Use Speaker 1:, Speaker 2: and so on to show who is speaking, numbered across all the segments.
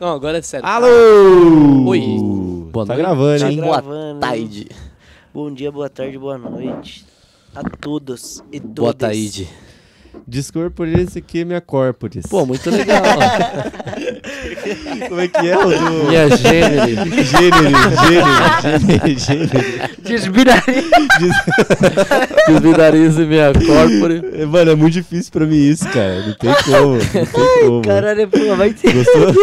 Speaker 1: Não, agora é sério.
Speaker 2: Alô!
Speaker 1: Oi.
Speaker 2: Boa
Speaker 1: Boa
Speaker 2: tá
Speaker 1: noite.
Speaker 2: gravando, hein?
Speaker 1: Sim.
Speaker 3: Boa
Speaker 1: gravando.
Speaker 3: tarde. Bom dia, boa tarde, boa noite. A todos e todas.
Speaker 1: Boa tarde.
Speaker 2: Discorporis aqui, minha corporis.
Speaker 1: Pô, muito legal.
Speaker 2: como é que é o do...
Speaker 1: Minha gênero.
Speaker 2: Gênero, gênero, gênero, gênero.
Speaker 1: Desvidarize minha corpore.
Speaker 2: É, Mano, é muito difícil pra mim isso, cara. Não tem como, não tem como.
Speaker 3: Caralho, é, pô, vai ter.
Speaker 2: Gostou?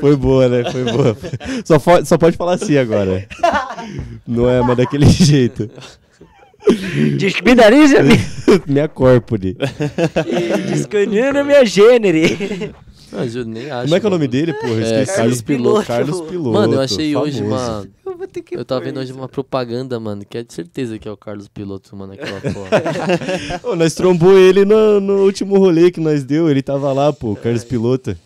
Speaker 2: Foi boa, né? Foi boa. Só, fo- só pode falar assim agora. Não é, mas daquele jeito.
Speaker 3: Discriminariza
Speaker 2: Minha corpore.
Speaker 3: Discriminando é minha gênero.
Speaker 1: Mas eu nem acho.
Speaker 2: Como é que é o
Speaker 1: mano.
Speaker 2: nome dele, porra? Eu esqueci.
Speaker 1: Carlos Piloto.
Speaker 2: Carlos Piloto.
Speaker 1: Mano, eu achei hoje
Speaker 2: famoso.
Speaker 1: uma.
Speaker 3: Eu vou ter que.
Speaker 1: Eu tava vendo hoje uma propaganda, mano, que é de certeza que é o Carlos Piloto, mano, aquela porra.
Speaker 2: Ô, nós trombou ele no, no último rolê que nós deu. Ele tava lá, pô, Carlos Piloto.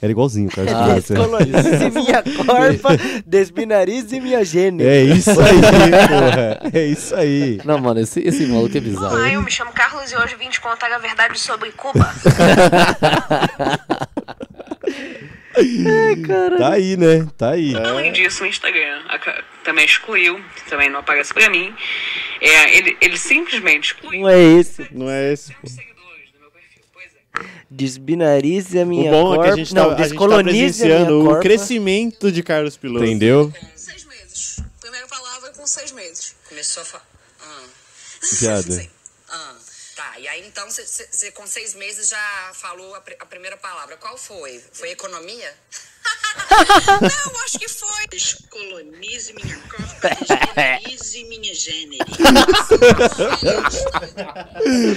Speaker 2: Era igualzinho o Carlos
Speaker 1: É Ah,
Speaker 2: Piloto. né?
Speaker 3: Descolonize minha corpa, desminarize minha gênero.
Speaker 2: É isso aí, porra. É isso aí.
Speaker 1: Não, mano, esse, esse maluco é bizarro.
Speaker 4: Olá, eu me chamo Carlos e hoje vim te contar a verdade sobre Cuba.
Speaker 2: Tá aí, né? Tá aí.
Speaker 5: Além é disso, o Instagram aca- também excluiu, também não aparece pra mim. É, ele, ele simplesmente excluiu
Speaker 3: Não é isso.
Speaker 6: Não é esse. pô.
Speaker 5: os seguidores do meu perfil. Pois é.
Speaker 3: Desbinarize a
Speaker 6: O
Speaker 3: minha
Speaker 6: bom
Speaker 3: corpa.
Speaker 6: é que a gente tá,
Speaker 3: Não,
Speaker 6: a gente tá
Speaker 3: descolonize a minha
Speaker 6: presenciando o
Speaker 3: corpa.
Speaker 6: crescimento de Carlos Piloto.
Speaker 2: Entendeu?
Speaker 4: Seis meses. Primeira palavra com seis meses. Começou a falar. Ah.
Speaker 2: Piada.
Speaker 4: Sei. Ah. Tá, e aí então você com seis meses já falou a, pri- a primeira palavra. Qual foi? Foi economia? Não, acho que foi.
Speaker 7: Descolonize minha corpa, descolonize minha gênero.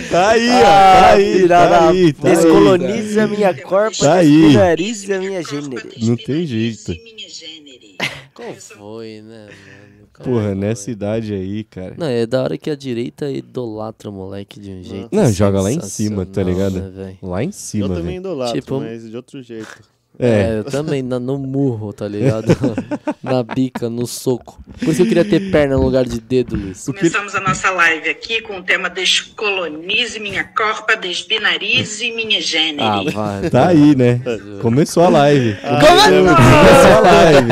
Speaker 2: Tá aí, ó. Tá
Speaker 3: Ah,
Speaker 2: aí, tá
Speaker 3: pirada.
Speaker 2: aí. Tá aí.
Speaker 3: Descolonize a minha corpa,
Speaker 2: Tá aí.
Speaker 3: desminarize a minha gênero.
Speaker 2: Não tem jeito.
Speaker 7: Descolonize minha gênero.
Speaker 1: Qual foi, né, mano? Qual
Speaker 2: Porra,
Speaker 1: foi?
Speaker 2: nessa idade aí, cara.
Speaker 1: Não, é da hora que a direita idolatra o moleque de um jeito.
Speaker 2: Não, joga lá em cima, tá
Speaker 1: sensacional,
Speaker 2: ligado?
Speaker 1: né, velho?
Speaker 2: Lá em
Speaker 6: Eu
Speaker 2: cima,
Speaker 6: também
Speaker 2: velho.
Speaker 6: idolatro,
Speaker 1: Tipo-
Speaker 6: mas de outro jeito.
Speaker 2: É.
Speaker 1: É, eu também, na- no murro, tá ligado? na bica, no soco. Por isso eu queria ter perna no lugar de dedo, Luiz.
Speaker 7: Começamos a nossa live aqui com o tema Descolonize minha corpa, desbinarize minha gênero.
Speaker 1: Ah, vai.
Speaker 2: Tá aí, né? Começou a live. Começou a live.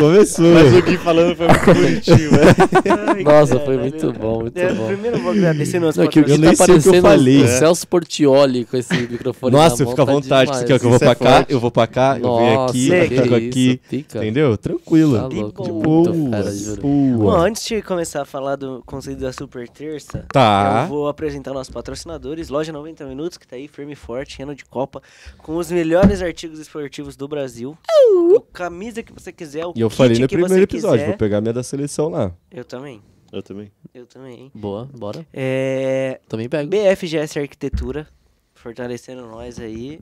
Speaker 2: Começou.
Speaker 6: Ah. Mas o Gui falando foi muito bonitinho, velho.
Speaker 1: Nossa, foi muito bom, muito
Speaker 3: É,
Speaker 1: Tá bom.
Speaker 3: Primeiro eu vou agradecer nosso
Speaker 1: Não, que o
Speaker 2: Eu
Speaker 1: Gui
Speaker 2: nem
Speaker 1: tá
Speaker 2: sei o que eu
Speaker 1: parecendo
Speaker 2: falei.
Speaker 1: o Celso Portioli com esse microfone
Speaker 2: Nossa,
Speaker 1: na
Speaker 2: eu
Speaker 1: mão,
Speaker 2: fico à
Speaker 1: tá
Speaker 2: vontade. Você quer
Speaker 1: demais.
Speaker 2: que eu vou
Speaker 6: Isso
Speaker 2: pra
Speaker 6: é
Speaker 2: cá,
Speaker 6: forte.
Speaker 2: eu vou pra cá, eu venho
Speaker 1: Nossa,
Speaker 2: aqui,
Speaker 1: que
Speaker 2: eu fico
Speaker 1: isso,
Speaker 2: aqui.
Speaker 1: pica.
Speaker 2: Entendeu?
Speaker 1: Tá
Speaker 2: Tranquilo.
Speaker 1: louco,
Speaker 2: De
Speaker 1: muito fera,
Speaker 2: boa.
Speaker 1: juro.
Speaker 3: Bom,
Speaker 2: boa.
Speaker 3: antes de começar a falar do conceito da Super Terça,
Speaker 2: Tá.
Speaker 1: Ah.
Speaker 3: eu vou apresentar nossos patrocinadores, Loja 90 Minutos, que tá aí firme e forte, ano de Copa, com os melhores artigos esportivos do Brasil, com camisa que você quiser, o
Speaker 2: E eu
Speaker 3: kit
Speaker 2: falei no
Speaker 3: que você
Speaker 2: primeiro episódio,
Speaker 3: quiser.
Speaker 2: vou pegar a minha da seleção lá.
Speaker 3: Eu também,
Speaker 6: Eu também.
Speaker 3: eu também, hein?
Speaker 1: Boa, bora.
Speaker 3: É,
Speaker 1: Também pego.
Speaker 3: BFGS Arquitetura, fortalecendo nós aí,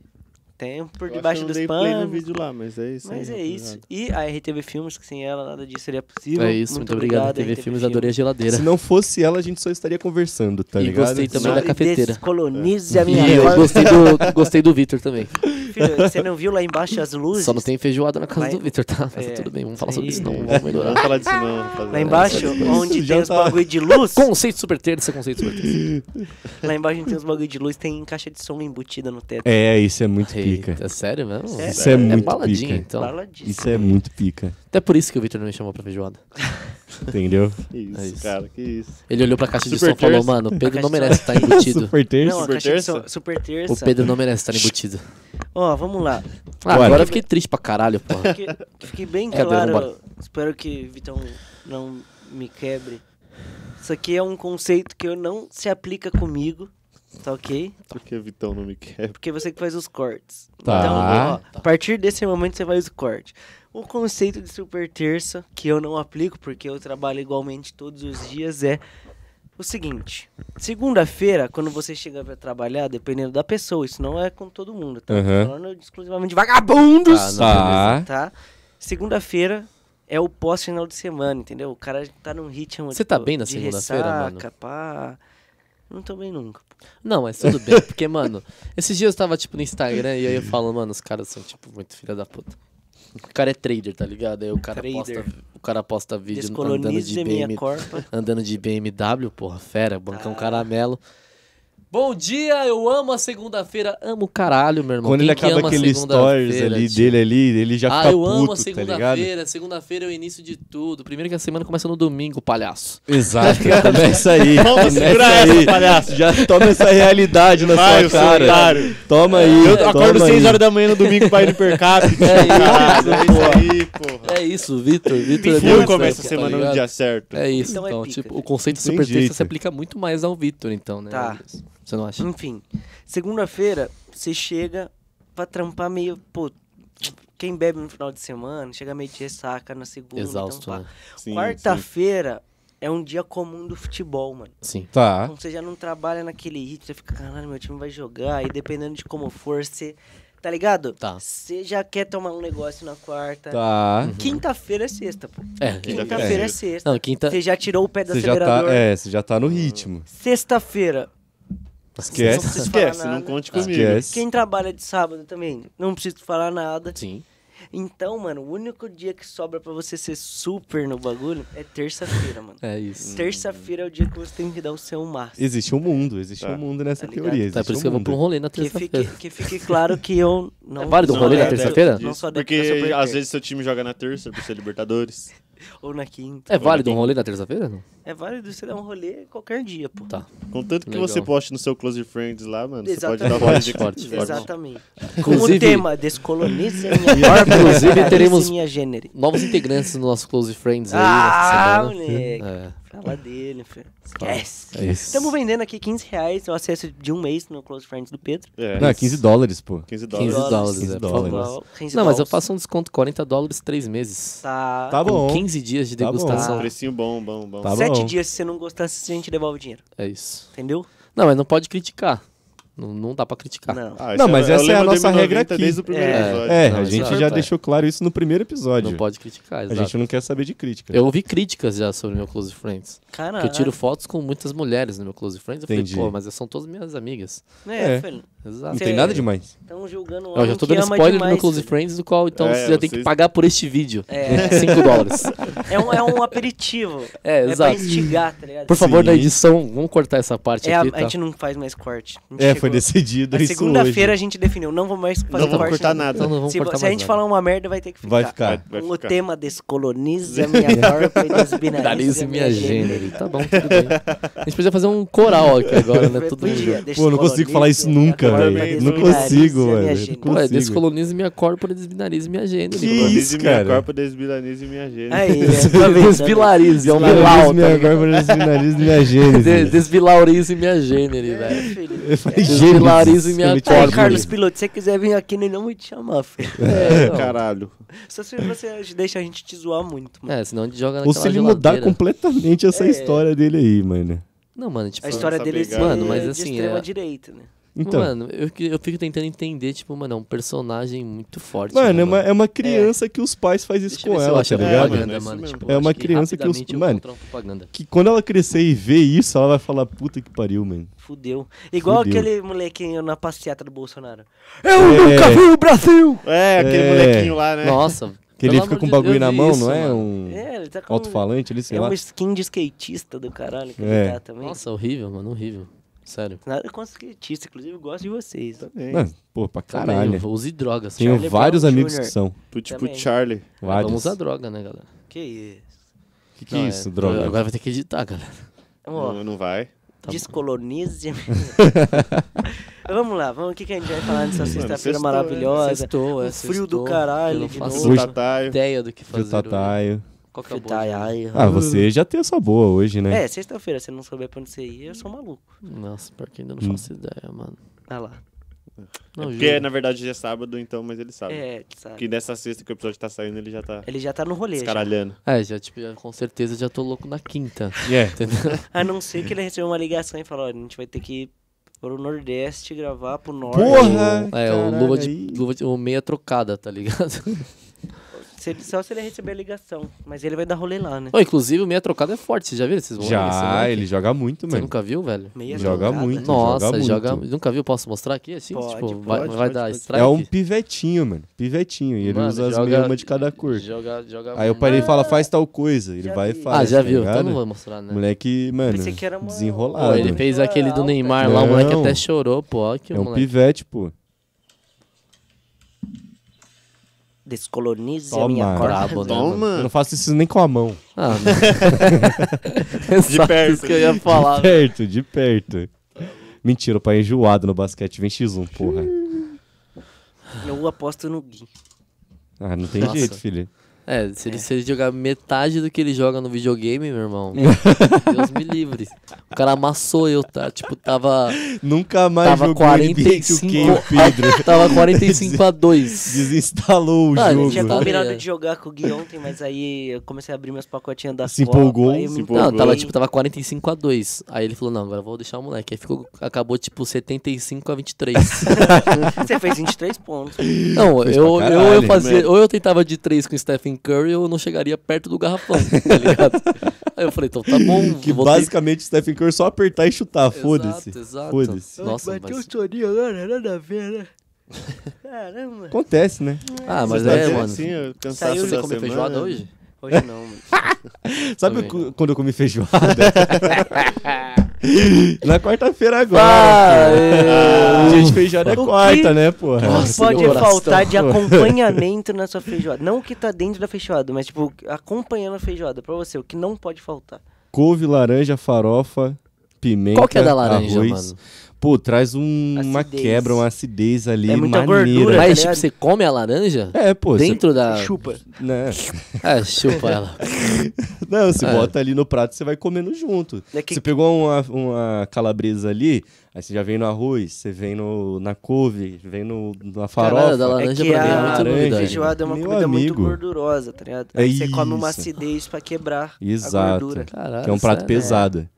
Speaker 3: tempo por
Speaker 6: Eu
Speaker 3: debaixo
Speaker 6: acho
Speaker 3: dos
Speaker 6: que eu não dei play no
Speaker 3: panos.
Speaker 6: vídeo lá, mas é isso.
Speaker 3: Mas
Speaker 6: aí,
Speaker 3: é isso.
Speaker 6: rapaziada.
Speaker 3: E a RTV Filmes, que sem ela nada disso seria possível.
Speaker 1: É isso, muito, obrigado, TV Filmes, adorei a geladeira.
Speaker 2: Se não fosse ela, a gente só estaria conversando, tá
Speaker 1: E
Speaker 2: ligado?
Speaker 1: gostei também
Speaker 2: Só-
Speaker 1: da cafeteira. É.
Speaker 3: Descolonize a minha
Speaker 1: E eu
Speaker 3: corda.
Speaker 1: gostei do, gostei do Vitor também.
Speaker 3: Filho, você não viu lá embaixo as luzes?
Speaker 1: Só não tem feijoada na casa
Speaker 3: Vai-
Speaker 1: do Vitor, tá? Mas tá
Speaker 3: É,
Speaker 1: tudo bem, vamos falar sobre
Speaker 3: sim.
Speaker 1: isso não, vamos
Speaker 6: Não
Speaker 1: melhorar.
Speaker 6: vamos falar disso não, rapaziada.
Speaker 3: Lá embaixo,
Speaker 2: Isso,
Speaker 3: onde
Speaker 2: já
Speaker 3: tem os
Speaker 2: tá.
Speaker 3: bagulho de luz,
Speaker 1: É Conceito super terça, conceito super terça.
Speaker 3: lá embaixo onde tem os bagulho de luz, tem caixa de som embutida no teto.
Speaker 2: É, isso é muito pica.
Speaker 1: Eita, é sério mesmo?
Speaker 2: Isso é muito
Speaker 1: baladinha,
Speaker 2: pica.
Speaker 1: então.
Speaker 3: Fala disso.
Speaker 2: Isso é muito pica,
Speaker 1: Até por isso que o Vitor não me chamou pra feijoada.
Speaker 2: entendeu?
Speaker 6: Que isso,
Speaker 1: É isso.
Speaker 6: cara, que isso.
Speaker 1: Ele olhou pra caixa de
Speaker 6: Super
Speaker 1: som e falou,
Speaker 6: terça.
Speaker 1: mano, o Pedro
Speaker 3: A
Speaker 1: não
Speaker 3: caixa
Speaker 1: merece estar embutido.
Speaker 2: Super terça.
Speaker 3: Não, a
Speaker 6: Super
Speaker 3: caixa de
Speaker 6: terça?
Speaker 3: som, super terça.
Speaker 1: O Pedro não merece estar embutido.
Speaker 3: Ó, vamos lá.
Speaker 1: Ah,
Speaker 2: Bora.
Speaker 1: agora eu fiquei triste pra caralho, porra.
Speaker 3: Que, que fique
Speaker 2: É,
Speaker 3: bem
Speaker 1: Brincadeira,
Speaker 3: claro. Espero que Vitão não me quebre. Isso aqui é um conceito que eu não se aplica comigo, tá ok?
Speaker 6: Por que o Vitão não me quebra?
Speaker 3: Porque você que faz os cortes.
Speaker 2: Tá.
Speaker 3: Então, ó, a partir desse momento você faz o corte. O conceito de super terça, que eu não aplico porque eu trabalho igualmente todos os dias, é o seguinte: segunda-feira, quando você chega pra trabalhar, dependendo da pessoa, isso não é com todo mundo, tá? Tô
Speaker 2: Aham.
Speaker 3: Falando exclusivamente de vagabundos,
Speaker 1: Ah, não,
Speaker 2: Tá.
Speaker 3: tá? Segunda-feira é o pós-final de semana, entendeu? O cara tá num ritmo
Speaker 1: Você tá
Speaker 3: tipo,
Speaker 1: bem na
Speaker 3: de
Speaker 1: segunda-feira,
Speaker 3: ressaca,
Speaker 1: mano?
Speaker 3: Pá. Não tô bem nunca.
Speaker 1: Não, mas tudo bem, porque, mano, esses dias eu tava, tipo, no Instagram e aí eu falo, mano, os caras são, tipo, muito filha da puta. O cara é trader, tá ligado? Aí o cara,
Speaker 3: Trader.
Speaker 1: posta, o cara posta vídeo andando tá de
Speaker 3: Descolonize minha
Speaker 1: BMW.
Speaker 3: corpa.
Speaker 1: Andando de BMW, porra, fera, bancão caramelo. Bom dia, eu amo a segunda-feira. Amo o caralho, meu irmão.
Speaker 2: Quando
Speaker 1: Quem
Speaker 2: ele
Speaker 1: que
Speaker 2: acaba
Speaker 1: ama a
Speaker 2: aquele stories
Speaker 1: segunda-feira,
Speaker 2: ali
Speaker 1: tio?
Speaker 2: dele ali, ele já
Speaker 1: ah,
Speaker 2: fica
Speaker 1: eu amo a
Speaker 2: puto, tá ligado?
Speaker 1: segunda-feira. Segunda-feira é o início de tudo. Primeiro que a semana começa no domingo, palhaço.
Speaker 2: Exato, começa aí.
Speaker 6: Vamos
Speaker 2: começa
Speaker 6: segurar essa,
Speaker 2: aí.
Speaker 6: palhaço.
Speaker 2: Já toma essa realidade na
Speaker 6: Vai,
Speaker 2: sua
Speaker 6: seu
Speaker 2: cara.
Speaker 6: otário.
Speaker 2: Toma aí.
Speaker 6: Eu acordo
Speaker 2: toma
Speaker 6: 6
Speaker 2: aí.
Speaker 6: horas da manhã no domingo pra ir no per capita.
Speaker 1: É isso,
Speaker 6: Caralho, é isso aí, porra.
Speaker 1: É isso, Vitor. Vitor é
Speaker 6: Fio
Speaker 1: muito
Speaker 6: começa a
Speaker 1: certo,
Speaker 6: semana
Speaker 1: ligado?
Speaker 6: no dia certo.
Speaker 1: É isso,
Speaker 3: Então
Speaker 1: então.
Speaker 3: é pica,
Speaker 1: tipo, o
Speaker 3: gente.
Speaker 1: conceito de
Speaker 2: Não tem
Speaker 1: supertexto
Speaker 2: jeito.
Speaker 1: se aplica muito mais ao Vitor, então, né?
Speaker 3: Tá.
Speaker 1: Anderson? Você não acha?
Speaker 3: Enfim, segunda-feira você chega pra trampar meio, pô, quem bebe no final de semana, chega meio de ressaca na segunda. então
Speaker 1: Exausto,
Speaker 3: pá.
Speaker 1: né?
Speaker 6: Sim, sim.
Speaker 3: Quarta-feira é um dia comum do futebol, mano.
Speaker 1: Sim.
Speaker 2: Tá.
Speaker 3: Então você já não trabalha naquele ritmo, você fica, caralho, meu time vai jogar, e dependendo de como for, você. Tá ligado?
Speaker 1: Tá.
Speaker 3: Você já quer tomar um negócio na quarta.
Speaker 2: Tá.
Speaker 3: Quinta-feira é sexta, pô.
Speaker 1: É,
Speaker 3: Quinta-feira é,
Speaker 2: é.
Speaker 3: sexta.
Speaker 1: Não, quinta.
Speaker 3: Você já tirou o pé do
Speaker 2: Você já tá,
Speaker 3: acelerador.
Speaker 2: é, você já tá no ritmo.
Speaker 3: Sexta-feira.
Speaker 2: Esquece.
Speaker 3: Não precisa
Speaker 6: Esquece,
Speaker 3: falar
Speaker 6: não
Speaker 3: nada.
Speaker 6: conte comigo.
Speaker 2: Esquece.
Speaker 3: Quem trabalha de sábado também, não preciso falar nada.
Speaker 1: Sim.
Speaker 3: Então, mano, o único dia que sobra pra você ser super no bagulho é terça-feira, mano.
Speaker 1: É isso.
Speaker 3: Terça-feira é o dia que você tem que dar o seu máximo.
Speaker 2: Existe um mundo, existe
Speaker 6: Tá.
Speaker 2: um mundo nessa
Speaker 3: Tá ligado?
Speaker 2: teoria.
Speaker 1: Tá,
Speaker 2: Existe
Speaker 1: por isso que
Speaker 2: um
Speaker 1: eu vou pra um
Speaker 2: mundo.
Speaker 1: rolê na
Speaker 3: Que fique,
Speaker 1: terça-feira.
Speaker 3: que fique claro que eu não.
Speaker 1: É válido o
Speaker 3: não
Speaker 1: rolê na
Speaker 3: é adepto-
Speaker 1: terça-feira?
Speaker 3: Não sou adepto da
Speaker 6: Porque
Speaker 3: Superterça.
Speaker 6: às vezes seu time joga na terça por ser Libertadores.
Speaker 3: Ou na quinta.
Speaker 1: É válido um rolê na terça-feira? Não?
Speaker 3: É válido você dar um rolê qualquer dia, pô.
Speaker 1: Tá.
Speaker 6: Contanto que
Speaker 1: Legal.
Speaker 6: você poste no seu Close Friends lá, mano,
Speaker 3: Exatamente.
Speaker 6: você pode dar voz de
Speaker 1: Forte, forte.
Speaker 3: Exatamente. Com
Speaker 1: Inclusive-
Speaker 3: o tema descolonize minha corda,
Speaker 1: Inclusive,
Speaker 3: descolonize
Speaker 1: teremos-
Speaker 3: minha gênero.
Speaker 1: Novos integrantes no nosso Close Friends aí
Speaker 3: Ah,
Speaker 1: essa
Speaker 3: moleque.
Speaker 1: semana.
Speaker 3: Fala dele, filho. Esquece.
Speaker 1: É. É isso.
Speaker 3: Estamos vendendo aqui 15 reais o acesso de um mês no Close Friends do Pedro.
Speaker 6: É,
Speaker 2: Não, 15 dólares, pô.
Speaker 6: 15 dólares.
Speaker 1: 15 dólares,
Speaker 2: 15
Speaker 1: é, por
Speaker 2: dólares.
Speaker 1: favor.
Speaker 3: Igual 15
Speaker 1: Não, mas eu
Speaker 3: dólares.
Speaker 1: faço um desconto, 40 dólares, 3 meses.
Speaker 3: Tá.
Speaker 2: Tá bom.
Speaker 1: Com 15 dias de
Speaker 2: Tá bom.
Speaker 1: degustação.
Speaker 6: Precinho bom, bom, bom.
Speaker 2: Tá
Speaker 3: Sete
Speaker 2: bom.
Speaker 3: dias, se você não gostar, a gente devolve o dinheiro.
Speaker 1: É isso.
Speaker 3: Entendeu?
Speaker 1: Não, mas não pode criticar. Não, não dá pra criticar.
Speaker 3: Não.
Speaker 6: Ah,
Speaker 2: Não,
Speaker 6: esse
Speaker 2: mas
Speaker 6: o
Speaker 2: essa é a
Speaker 6: lema do
Speaker 2: nossa
Speaker 6: M90
Speaker 2: regra aqui.
Speaker 6: Desde o primeiro
Speaker 3: É.
Speaker 6: episódio.
Speaker 2: É,
Speaker 1: Não,
Speaker 2: a gente
Speaker 1: exato,
Speaker 2: já
Speaker 1: é.
Speaker 2: deixou claro isso no primeiro episódio.
Speaker 1: Não pode criticar,
Speaker 2: A
Speaker 1: exato.
Speaker 2: gente não quer saber de crítica.
Speaker 1: Eu ouvi críticas já sobre meu Close Friends.
Speaker 3: Caralho.
Speaker 1: Porque eu tiro fotos com muitas mulheres no meu Close Friends. Eu
Speaker 2: Entendi.
Speaker 1: falei, pô, mas são todas minhas amigas.
Speaker 3: É,
Speaker 2: É.
Speaker 3: filho.
Speaker 1: Exato.
Speaker 2: Não tem nada demais.
Speaker 3: Estão julgando o
Speaker 1: Eu já
Speaker 3: homem
Speaker 1: tô
Speaker 3: um que
Speaker 1: dando
Speaker 3: ama
Speaker 1: spoiler no
Speaker 3: demais,
Speaker 1: meu Close
Speaker 3: filho.
Speaker 1: Friends, do qual então
Speaker 6: É,
Speaker 1: você já tem que
Speaker 6: vocês-
Speaker 1: pagar por este vídeo.
Speaker 3: É.
Speaker 1: 5 dólares.
Speaker 3: É um, é um aperitivo.
Speaker 1: É,
Speaker 3: pra
Speaker 1: exato.
Speaker 3: instigar, tá ligado?
Speaker 1: Por favor,
Speaker 2: Sim.
Speaker 1: na edição, vamos cortar essa parte
Speaker 3: É, a,
Speaker 1: aqui,
Speaker 3: a
Speaker 1: tá?
Speaker 3: gente não faz mais corte. A gente
Speaker 2: É,
Speaker 3: chegou-
Speaker 2: foi decidido
Speaker 3: Na
Speaker 2: isso
Speaker 3: segunda-feira a
Speaker 2: hoje.
Speaker 3: gente definiu, não vamos mais fazer
Speaker 6: Não vamos
Speaker 3: corte.
Speaker 6: cortar
Speaker 3: nenhum.
Speaker 6: nada.
Speaker 1: Então não vamos
Speaker 3: Se, vo-
Speaker 1: cortar
Speaker 3: se a
Speaker 1: mais
Speaker 3: gente
Speaker 1: nada.
Speaker 3: falar uma merda, vai ter que ficar.
Speaker 2: Vai ficar.
Speaker 6: Vai
Speaker 3: O
Speaker 6: ficar.
Speaker 3: tema descoloniza minha corpo e desbinariza
Speaker 1: Finalize
Speaker 3: né, é minha
Speaker 1: minha
Speaker 3: gênero.
Speaker 1: gênero. Tá bom, tudo bem. A gente podia fazer um coral aqui agora, né?
Speaker 3: é
Speaker 1: Todo mundo.
Speaker 2: Pô, eu não consigo falar isso nunca,
Speaker 6: velho. Não
Speaker 2: consigo, velho.
Speaker 1: Pô, é
Speaker 2: Consigo.
Speaker 1: descolonize minha corpora, desbinarize minha gênero.
Speaker 2: Que
Speaker 1: Descolonize-
Speaker 2: isso,
Speaker 6: Desbilanize minha
Speaker 2: cara?
Speaker 6: corpo, desbilanize minha gênero.
Speaker 3: Aí, é, tá
Speaker 1: Desvilarize, é um bilau, tá
Speaker 2: minha
Speaker 1: ligado?
Speaker 2: gôndola, desfinalize minha
Speaker 1: De-
Speaker 2: gênese.
Speaker 1: Desvilarize minha
Speaker 3: É.
Speaker 1: gênero,
Speaker 3: tá
Speaker 1: velho.
Speaker 3: desbilariza.
Speaker 2: Faz
Speaker 1: Desvilarize
Speaker 2: gênese,
Speaker 1: minha
Speaker 2: eu me
Speaker 1: corda.
Speaker 2: orgulho.
Speaker 3: Carlos Piloto, se você quiser vir aqui, nós não vamos te chamar, filho.
Speaker 1: É, não.
Speaker 6: Caralho.
Speaker 3: Só se você deixa a gente te zoar muito, mano.
Speaker 1: É, senão a gente joga
Speaker 2: Ou
Speaker 1: naquela
Speaker 2: se ele mudar
Speaker 1: geladeira.
Speaker 2: completamente essa
Speaker 3: É.
Speaker 2: história dele aí, mano.
Speaker 1: Não, mano, tipo...
Speaker 3: A história
Speaker 6: essa
Speaker 3: dele é
Speaker 6: pegada.
Speaker 1: Mano, mas
Speaker 3: de
Speaker 1: assim,
Speaker 3: extrema
Speaker 1: é-
Speaker 3: direita, né?
Speaker 2: Então, mano,
Speaker 1: Mano, eu, que- eu fico tentando entender, tipo, mano, é um personagem muito forte. né,
Speaker 2: é, uma, é uma criança que os pais fazem isso
Speaker 1: Deixa eu ver
Speaker 2: com
Speaker 1: se eu
Speaker 2: ela,
Speaker 1: acho
Speaker 2: tá
Speaker 1: a
Speaker 2: ligado?
Speaker 1: propaganda,
Speaker 6: É isso
Speaker 1: mano,
Speaker 6: mesmo.
Speaker 1: tipo,
Speaker 2: É
Speaker 1: acho
Speaker 2: uma criança que os-
Speaker 1: rapidamente eu
Speaker 2: mano.
Speaker 1: encontro uma propaganda.
Speaker 2: Que quando ela crescer e ver isso, ela vai falar, puta que pariu, mano.
Speaker 3: Fudeu. Igual
Speaker 2: Fudeu.
Speaker 3: aquele molequinho na passeata do Bolsonaro.
Speaker 2: Eu nunca vi!
Speaker 6: É, aquele
Speaker 2: É.
Speaker 6: molequinho lá, né?
Speaker 1: Nossa.
Speaker 2: Que ele
Speaker 1: pelo
Speaker 2: fica
Speaker 1: amor
Speaker 2: com um
Speaker 1: de Deus,
Speaker 2: bagulho
Speaker 1: eu
Speaker 2: na
Speaker 1: vi
Speaker 2: mão,
Speaker 1: isso,
Speaker 2: não é?
Speaker 1: mano.
Speaker 2: Um
Speaker 3: É, ele tá com
Speaker 2: alto-falante ali, sei
Speaker 3: É
Speaker 2: lá.
Speaker 3: uma skin de skatista do caralho que
Speaker 2: É.
Speaker 3: ele tá também.
Speaker 1: Nossa, horrível, mano, horrível. Sério.
Speaker 3: Nada contra skatista, inclusive eu gosto de vocês.
Speaker 6: Também.
Speaker 2: Mano, pô, pra
Speaker 1: Também,
Speaker 2: caralho.
Speaker 1: Use drogas.
Speaker 2: Tenho
Speaker 1: Charlie.
Speaker 3: Brown
Speaker 2: vários amigos
Speaker 3: Jr.
Speaker 2: que são.
Speaker 6: Tu, tipo
Speaker 3: Também.
Speaker 6: Charlie.
Speaker 2: Vários.
Speaker 1: um Ah, Vamos usar droga, né, galera?
Speaker 3: Que isso.
Speaker 2: Que que
Speaker 1: Não,
Speaker 2: é
Speaker 1: é,
Speaker 2: isso, droga?
Speaker 1: Agora vai ter que editar, galera.
Speaker 3: Ó,
Speaker 6: Não, não vai.
Speaker 1: Tá
Speaker 3: descolonize. vamos lá, vamos. O que, que a gente vai falar nessa sexta-feira
Speaker 6: sextou,
Speaker 3: maravilhosa?
Speaker 1: Sextou, é,
Speaker 3: o um frio do
Speaker 1: sextou.
Speaker 3: caralho
Speaker 1: Eu não
Speaker 3: de
Speaker 1: faço
Speaker 3: novo.
Speaker 6: Do
Speaker 2: Hoje-
Speaker 6: Tataio.
Speaker 1: Ideia do que
Speaker 2: Fio
Speaker 1: fazer. hoje.
Speaker 2: Tataio.
Speaker 1: Qual que é o bolo?
Speaker 3: Fitai, ai,
Speaker 2: Ah,
Speaker 3: ai.
Speaker 2: você já tem a sua boa hoje, né?
Speaker 3: É, sexta-feira, se não souber pra onde você ir, eu sou um maluco.
Speaker 1: Nossa, pior que ainda não
Speaker 2: Hum.
Speaker 1: faço ideia, mano.
Speaker 3: Olha lá.
Speaker 1: Não,
Speaker 6: Porque,
Speaker 1: juro.
Speaker 6: na verdade, já é sábado, então, mas ele sabe.
Speaker 3: É, sabe?
Speaker 6: Que nessa sexta que o episódio tá saindo, ele já tá
Speaker 3: Ele já tá no rolê. já.
Speaker 6: escaralhando.
Speaker 1: É, já, tipo, já, com certeza já tô louco na quinta.
Speaker 2: Yeah.
Speaker 1: Entendeu?
Speaker 3: A não ser que ele recebeu uma ligação e falou: olha, a gente vai ter que ir pro Nordeste gravar pro Norte.
Speaker 2: Porra!
Speaker 1: é, o
Speaker 2: caralho,
Speaker 1: luva de,
Speaker 2: aí.
Speaker 1: luva de. O meia trocada, tá ligado?
Speaker 3: Se ele- só se ele receber a ligação. Mas ele vai dar rolê lá, né?
Speaker 1: Ô, inclusive, o meia trocada é forte, vocês já viram? Vocês vão ver esse
Speaker 2: Já,
Speaker 1: moleque?
Speaker 2: ele joga muito,
Speaker 1: Você
Speaker 2: mano.
Speaker 1: nunca viu, velho?
Speaker 3: Meia
Speaker 2: Joga
Speaker 3: jogada.
Speaker 2: muito.
Speaker 1: Nossa,
Speaker 2: joga
Speaker 1: joga.
Speaker 2: muito.
Speaker 1: Nunca viu? Posso mostrar aqui? Assim,
Speaker 3: Pode,
Speaker 1: tipo,
Speaker 3: pode,
Speaker 1: vai, vai
Speaker 6: pode,
Speaker 1: dar
Speaker 6: pode.
Speaker 1: strike.
Speaker 2: É um pivetinho, mano. Pivetinho. E ele
Speaker 1: Mano,
Speaker 2: usa as
Speaker 1: joga-
Speaker 2: meias uma de cada cor.
Speaker 1: Joga, joga
Speaker 2: Aí eu
Speaker 1: muito.
Speaker 2: parei e falo, faz tal coisa. Ele vai e
Speaker 3: vi.
Speaker 2: faz.
Speaker 1: Ah, já
Speaker 2: tá
Speaker 1: viu? Então
Speaker 2: ligado?
Speaker 1: não vou mostrar, né?
Speaker 2: Moleque, mano,
Speaker 3: Pensei que era uma-
Speaker 1: Pô,
Speaker 2: desenrolado.
Speaker 1: ele fez aquele do Neymar lá,
Speaker 2: Não.
Speaker 1: o moleque até chorou, pô. Olha que
Speaker 2: É um
Speaker 1: moleque.
Speaker 2: pivete, pô.
Speaker 3: Descolonize a
Speaker 2: Toma.
Speaker 3: minha corda.
Speaker 1: Brabo, né? mano?
Speaker 2: Eu
Speaker 6: Toma!
Speaker 2: não faço isso nem com a mão.
Speaker 1: Ah, mano. de
Speaker 6: perto. né?
Speaker 1: Isso que eu ia falar.
Speaker 2: De perto, de perto. Mentira, o pai é enjoado no basquete. Vem X1, porra.
Speaker 3: Eu aposto no Gui.
Speaker 2: Ah, não tem
Speaker 1: Nossa.
Speaker 2: jeito, filho.
Speaker 1: É, se ele, se ele jogar metade do que ele joga no videogame, meu irmão.
Speaker 2: É.
Speaker 1: Deus me livre. O cara amassou eu, tá? Tipo, tava.
Speaker 2: Nunca mais
Speaker 1: Tava
Speaker 2: jogou NBA
Speaker 1: 45.
Speaker 2: 2K, o Pedro.
Speaker 1: Tava 45 a 2.
Speaker 2: Desinstalou o
Speaker 1: Ah, ele
Speaker 2: jogo.
Speaker 3: Tinha
Speaker 1: Jogo.
Speaker 3: combinado
Speaker 1: É.
Speaker 3: de jogar com o Gui ontem, mas aí eu comecei a abrir meus pacotinhos da
Speaker 2: Se
Speaker 3: Copa,
Speaker 2: empolgou,
Speaker 3: aí eu
Speaker 2: se
Speaker 3: me
Speaker 1: Não,
Speaker 6: empolgou.
Speaker 1: tava, tipo, tava 45 a 2. Aí ele falou, não, agora eu vou deixar o moleque. Aí ficou, acabou, tipo, 75 a 23.
Speaker 3: Você fez 23 pontos.
Speaker 1: não,
Speaker 2: Fez pra
Speaker 1: eu, eu, ou eu
Speaker 2: caralho, né?
Speaker 1: fazia,
Speaker 6: velho.
Speaker 1: ou eu tentava de 3 com o Stephen Curry, ou eu não chegaria perto do garrafão, tá ligado? Aí eu falei, então tá bom,
Speaker 2: Que
Speaker 1: vou ter-
Speaker 2: basicamente o Stephen Curry só apertar e chutar. Foda-se.
Speaker 1: Exato, exato.
Speaker 2: Foda-se.
Speaker 1: Nossa, mas...
Speaker 3: soninho agora, nada a ver, né? Caramba.
Speaker 2: Acontece, né?
Speaker 1: Ah, mas
Speaker 6: Tá
Speaker 1: é,
Speaker 6: vendo
Speaker 1: mano.
Speaker 6: Assim, eu cansaço
Speaker 1: Saiu, você
Speaker 6: da
Speaker 1: comeu
Speaker 6: semana.
Speaker 1: feijoada hoje?
Speaker 3: Hoje não, mano.
Speaker 2: Sabe
Speaker 1: Também.
Speaker 2: cu- quando eu comi feijoada? Na quarta-feira agora.
Speaker 1: Ah,
Speaker 2: pô. Gente, feijoada é
Speaker 3: O
Speaker 2: quarta,
Speaker 3: quê?
Speaker 2: né, porra?
Speaker 3: Não
Speaker 1: Nossa,
Speaker 3: pode
Speaker 1: meu coração.
Speaker 3: faltar de acompanhamento na sua feijoada. Não o que tá dentro da feijoada, mas tipo, acompanhando a feijoada pra você, o que não pode faltar.
Speaker 2: Couve, laranja, farofa, pimenta,
Speaker 1: Qual que é da laranja,
Speaker 2: arroz.
Speaker 1: mano?
Speaker 2: Pô, traz um- uma
Speaker 3: Acidez.
Speaker 2: quebra, uma acidez ali,
Speaker 3: É muita
Speaker 2: maneira.
Speaker 3: gordura.
Speaker 1: Mas,
Speaker 3: tá
Speaker 1: tipo,
Speaker 3: ligado?
Speaker 1: você come a laranja?
Speaker 2: É, pô. você-
Speaker 1: Dentro da...
Speaker 3: Chupa.
Speaker 2: né?
Speaker 1: É, chupa ela.
Speaker 2: Não, você
Speaker 1: É.
Speaker 2: bota ali no prato, você vai comendo junto.
Speaker 3: É que-
Speaker 2: Você pegou uma, uma calabresa ali, aí você já vem no arroz, você vem no, na couve, vem no, na farofa.
Speaker 1: Caralho, da
Speaker 3: É
Speaker 1: laranja
Speaker 3: que
Speaker 1: pra mim é
Speaker 3: a
Speaker 1: muito
Speaker 2: laranja,
Speaker 1: novidade.
Speaker 3: feijoada é uma
Speaker 2: Meu
Speaker 3: comida muito
Speaker 2: amigo.
Speaker 3: gordurosa, tá ligado?
Speaker 2: É
Speaker 3: Aí você come uma
Speaker 2: isso.
Speaker 3: acidez pra quebrar a
Speaker 2: Exato.
Speaker 3: gordura.
Speaker 1: Caralho,
Speaker 2: Que é um prato
Speaker 1: sério?
Speaker 2: pesado.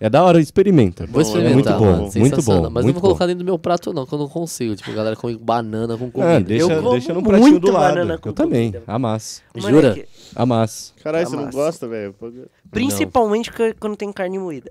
Speaker 2: É da hora, experimenta.
Speaker 1: Vou
Speaker 6: Bom, é
Speaker 1: experimentar,
Speaker 2: muito bom,
Speaker 1: mano.
Speaker 2: muito
Speaker 1: Sensacional.
Speaker 2: bom. muito
Speaker 1: Mas não vou
Speaker 2: bom.
Speaker 1: colocar dentro do meu prato, não, que eu não consigo. Tipo, a galera come banana com comida.
Speaker 2: Ah, deixa,
Speaker 3: Eu como
Speaker 2: deixa num pratinho
Speaker 3: muito
Speaker 2: do lado.
Speaker 3: banana
Speaker 2: Eu
Speaker 3: com
Speaker 2: também,
Speaker 3: comida.
Speaker 2: amasso.
Speaker 1: Jura?
Speaker 3: Moleque,
Speaker 2: Amasso.
Speaker 6: Caralho, você não
Speaker 3: Amassa.
Speaker 6: gosta, velho? Pô,
Speaker 3: Principalmente que- quando tem carne moída,